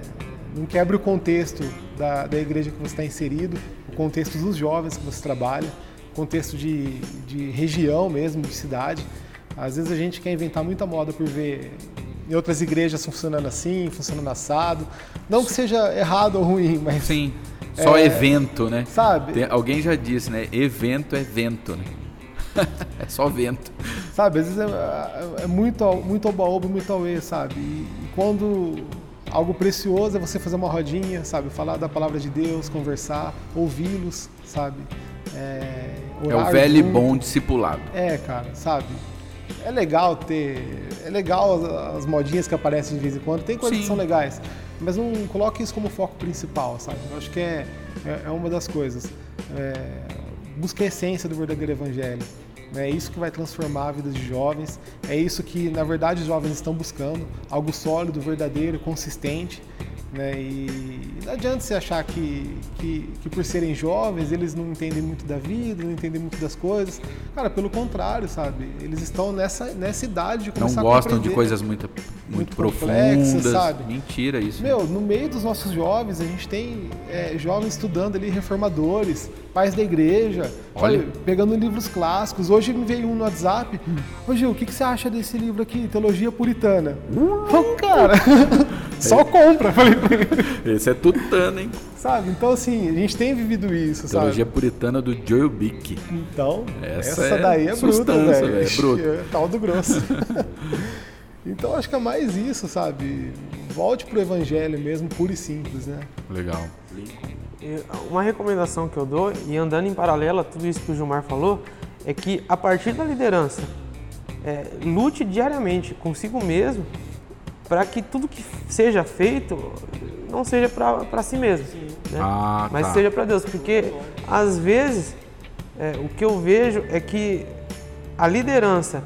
Speaker 2: não quebre o contexto da, da igreja que você está inserido, o contexto dos jovens que você trabalha, o contexto de, de região mesmo, de cidade. Às vezes a gente quer inventar muita moda por ver em outras igrejas funcionando assim, funcionando assado. Não que seja errado ou ruim, mas
Speaker 1: Sim, só
Speaker 2: É,
Speaker 1: evento, né?
Speaker 2: sabe?
Speaker 1: Tem- alguém já disse, né? Evento é vento, né? é só vento.
Speaker 2: Sabe, às vezes é, é muito, ao- muito oba-oba, muito auê, sabe? E, e quando algo precioso é você fazer uma rodinha, sabe? Falar da palavra de Deus, conversar, ouvi-los, sabe? É,
Speaker 1: É o
Speaker 2: orar
Speaker 1: velho e
Speaker 2: junto.
Speaker 1: bom discipulado.
Speaker 2: É, cara, sabe? É legal ter. É legal as, as modinhas que aparecem de vez em quando. Tem coisas
Speaker 1: Sim.
Speaker 2: que são legais. Mas não coloque isso como foco principal, sabe? Eu acho que é, é, é uma das coisas. É, busque a essência do verdadeiro evangelho. É isso que vai transformar a vida de jovens. É isso que, na verdade, os jovens estão buscando. Algo sólido, verdadeiro, consistente. né? E não adianta você achar que, que, que por serem jovens eles não entendem muito da vida, não entendem muito das coisas. Cara, pelo contrário, sabe? Eles estão nessa, nessa idade de
Speaker 1: Não
Speaker 2: começar a
Speaker 1: gostam
Speaker 2: compreender.
Speaker 1: de coisas muito, muito,
Speaker 2: Muito
Speaker 1: profundas.
Speaker 2: complexas, sabe?
Speaker 1: Mentira isso.
Speaker 2: Meu, no meio dos nossos jovens, a gente tem é, jovens estudando ali, reformadores, pais da igreja,
Speaker 1: Olha.
Speaker 2: sabe, pegando livros clássicos. Hoje me veio um no WhatsApp. Ô Gil, o que, que você acha desse livro aqui, Teologia Puritana?
Speaker 1: Hum.
Speaker 2: Ô, cara,
Speaker 1: É.
Speaker 2: só compra. Falei pra ele.
Speaker 1: Esse é tutano, hein?
Speaker 2: Sabe? Então, assim, a gente tem vivido isso,
Speaker 1: Teologia
Speaker 2: sabe?
Speaker 1: puritana do Joel Bick.
Speaker 2: Então,
Speaker 1: Essa
Speaker 2: essa,
Speaker 1: é
Speaker 2: daí é bruta,
Speaker 1: substância,
Speaker 2: velho.
Speaker 1: velho, é bruta.
Speaker 2: Tal do grosso. então, acho que é mais isso, sabe? Volte pro evangelho mesmo, puro e simples, né?
Speaker 1: Legal.
Speaker 3: E Uma recomendação que eu dou, e andando em paralelo a tudo isso que o Gilmar falou, é que a partir da liderança, é, lute diariamente consigo mesmo para que tudo que seja feito não seja para si mesmo, né?
Speaker 1: Ah,
Speaker 3: mas
Speaker 1: tá.
Speaker 3: seja para Deus, porque às vezes é, o que eu vejo é que a liderança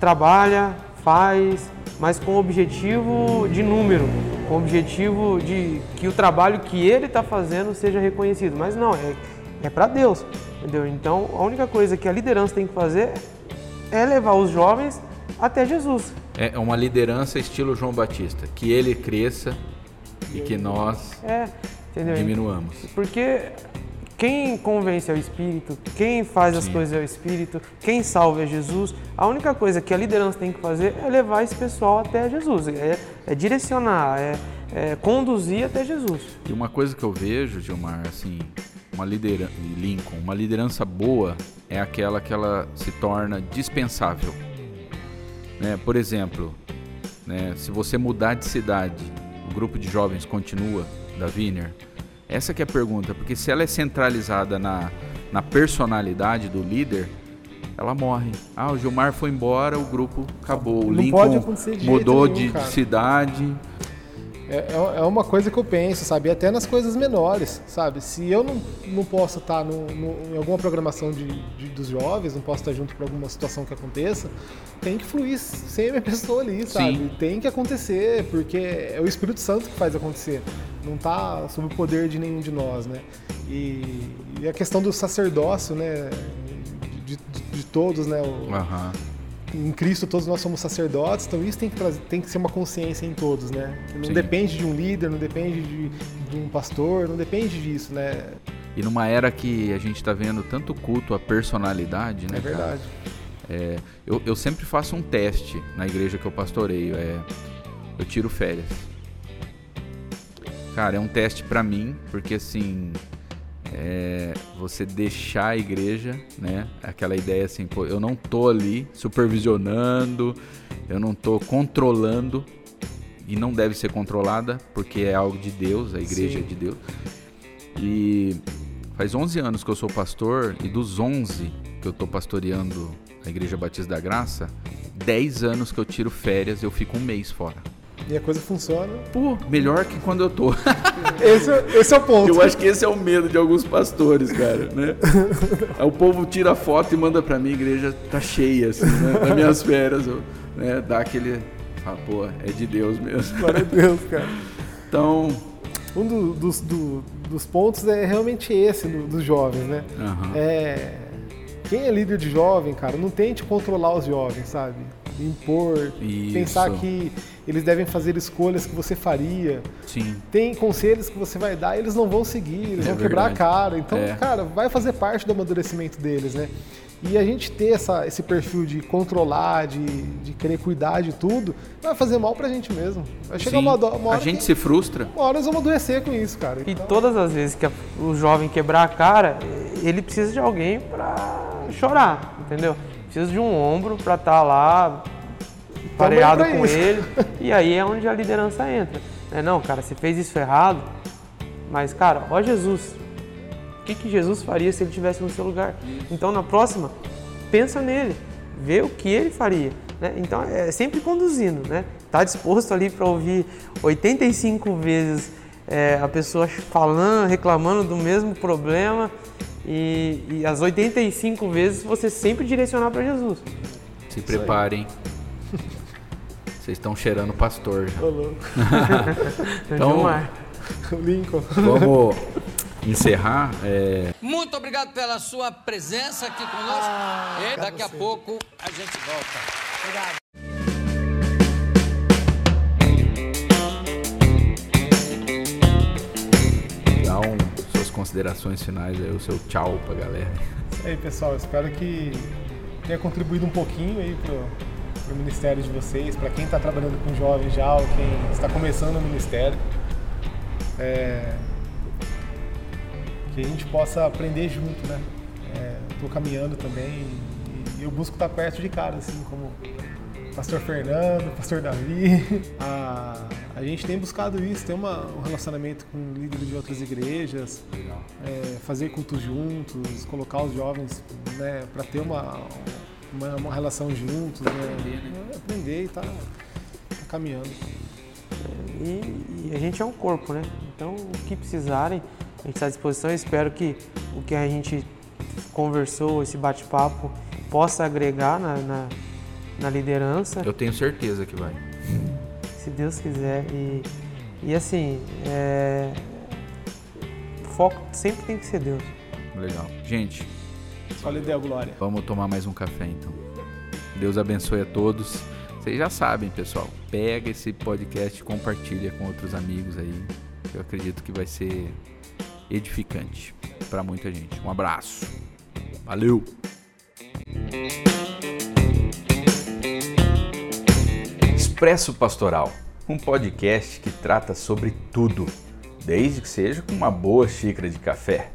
Speaker 3: trabalha, faz, mas com objetivo de número, com objetivo de que o trabalho que ele está fazendo seja reconhecido. Mas não, é, é para Deus, entendeu? Então a única coisa que a liderança tem que fazer é levar os jovens até Jesus.
Speaker 1: É uma liderança estilo João Batista. Que ele cresça e que nós
Speaker 3: É, entendeu?
Speaker 1: diminuamos.
Speaker 3: Porque quem convence é o Espírito, quem faz as coisas é o Espírito, quem salva é Jesus. A única coisa que a liderança tem que fazer é levar esse pessoal até Jesus, é, é direcionar, é, é conduzir até Jesus.
Speaker 1: E uma coisa que eu vejo, Gilmar, assim, uma liderança, Lincoln, uma liderança boa é aquela que ela se torna dispensável. Né? Por exemplo, né, se você mudar de cidade, o grupo de jovens continua da Viner. Essa que é a pergunta, porque se ela é centralizada na, na personalidade do líder, ela morre. Ah, o Gilmar foi embora, o grupo acabou. O
Speaker 2: Não
Speaker 1: Lincoln
Speaker 2: pode acontecer de jeito
Speaker 1: mudou
Speaker 2: nenhum,
Speaker 1: de- de
Speaker 2: cara.
Speaker 1: cidade.
Speaker 2: É, é uma coisa que eu penso, sabe? E Até nas coisas menores, sabe? Se eu não, não posso estar no- no- em alguma programação de, de- dos jovens, não posso estar junto para alguma situação que aconteça, tem que fluir sem a minha pessoa ali, sabe?
Speaker 1: Sim.
Speaker 2: Tem que acontecer, porque é o Espírito Santo que faz acontecer. Não tá sob o poder de nenhum de nós, né? E, e a questão do sacerdócio, né? De, de- de todos, né? O-
Speaker 1: Aham.
Speaker 2: em Cristo todos nós somos sacerdotes, então isso tem que, trazer- tem que ser uma consciência em todos, né? Que não
Speaker 1: Sim.
Speaker 2: depende de um líder, não depende de, de um pastor, não depende disso, né?
Speaker 1: E numa era que a gente está vendo tanto culto à personalidade, né,
Speaker 2: É
Speaker 1: cara?
Speaker 2: verdade.
Speaker 1: É, eu, eu sempre faço um teste na igreja que eu pastoreio. É, eu tiro férias. Cara, é um teste pra mim, porque assim, é, você deixar a igreja, né? Aquela ideia assim, pô, eu não tô ali supervisionando, eu não tô controlando e não deve ser controlada, porque é algo de Deus, a igreja é de Deus. E faz 11 anos que eu sou pastor e dos 11 que eu tô pastoreando a Igreja Batista da Graça, 10 anos que eu tiro férias, eu fico um mês fora.
Speaker 2: E a coisa funciona.
Speaker 1: Pô, melhor que quando eu tô.
Speaker 2: Esse, é- esse é o ponto.
Speaker 1: Eu acho que esse é o medo de alguns pastores, cara, né? Aí o povo tira a foto e manda pra mim, a igreja tá cheia, assim, né? Nas minhas férias, eu, né? Dá aquele... Ah, pô, é de Deus mesmo.
Speaker 2: Glória a Deus, cara.
Speaker 1: Então...
Speaker 2: Um do- dos, do- dos pontos é realmente esse do- dos jovens, né?
Speaker 1: aham.
Speaker 2: É, quem é líder de jovem, cara, não tente controlar os jovens, sabe? Impor,
Speaker 1: Isso.
Speaker 2: pensar que eles devem fazer escolhas que você faria.
Speaker 1: Sim.
Speaker 2: tem conselhos que você vai dar, eles não vão seguir, eles
Speaker 1: É
Speaker 2: vão quebrar a
Speaker 1: verdade.
Speaker 2: cara. Então,
Speaker 1: É.
Speaker 2: cara, vai fazer parte do amadurecimento deles, né? E a gente ter essa, esse perfil de controlar, de, de querer cuidar de tudo, vai fazer mal pra gente mesmo. Vai chegar
Speaker 1: Sim.
Speaker 2: uma, do- uma
Speaker 1: a
Speaker 2: hora.
Speaker 1: gente
Speaker 2: que-
Speaker 1: se frustra.
Speaker 2: uma hora eles vão amadurecer com isso, cara.
Speaker 3: E
Speaker 2: Então,
Speaker 3: todas as vezes que a- o jovem quebrar a cara, ele precisa de alguém para chorar, entendeu? Precisa de um ombro para estar lá pareado
Speaker 2: pra
Speaker 3: com
Speaker 2: isso.
Speaker 3: ele. E aí é onde a liderança entra. É, não, cara, você fez isso errado, mas, cara, ó Jesus. O que, que Jesus faria se ele estivesse no seu lugar? Então, na próxima, pensa nele, vê o que ele faria. né? Então, é sempre conduzindo, né? Tá disposto ali para ouvir 85 vezes é, a pessoa falando, reclamando do mesmo problema e, e as 85 vezes você sempre direcionar para Jesus.
Speaker 1: Se preparem. Vocês estão cheirando pastor já.
Speaker 2: Ô, tá louco.
Speaker 1: Então-
Speaker 3: Gilmar.
Speaker 2: O Lincoln.
Speaker 1: Vamos encerrar. é,
Speaker 5: Muito obrigado pela sua presença aqui conosco. e daqui a pouco a gente volta.
Speaker 1: dá um, suas considerações finais aí, o seu tchau pra galera.
Speaker 2: E aí, pessoal, espero que tenha contribuído um pouquinho aí pro, pro ministério de vocês, para quem está trabalhando com jovens já, ou quem está começando o ministério. É, que a gente possa aprender junto, né? Estou caminhando também e, e eu busco estar perto de cara, assim, como o pastor Fernando, o pastor Davi. A, a gente tem buscado isso, tem uma- um relacionamento com líderes de outras igrejas, é, fazer cultos juntos, colocar os jovens né, para ter uma, uma, uma relação juntos, né? aprender e tá, tá caminhando.
Speaker 3: E, e a gente é um corpo, né? Então, o que precisarem, a gente está à disposição. Eu espero que o que a gente conversou, esse bate-papo, possa agregar na, na, na liderança,
Speaker 1: Eu tenho certeza que vai.
Speaker 3: se Deus quiser. E, e assim, é, o foco sempre tem que ser Deus.
Speaker 1: Legal. Gente,
Speaker 2: Só lhe dê a glória.
Speaker 1: vamos tomar mais um café então. Deus abençoe a todos. Vocês já sabem, pessoal. Pega esse podcast e compartilha com outros amigos aí. Eu acredito que vai ser edificante pra muita gente. Um abraço. Valeu. Expresso Pastoral, um podcast que trata sobre tudo, desde que seja com uma boa xícara de café.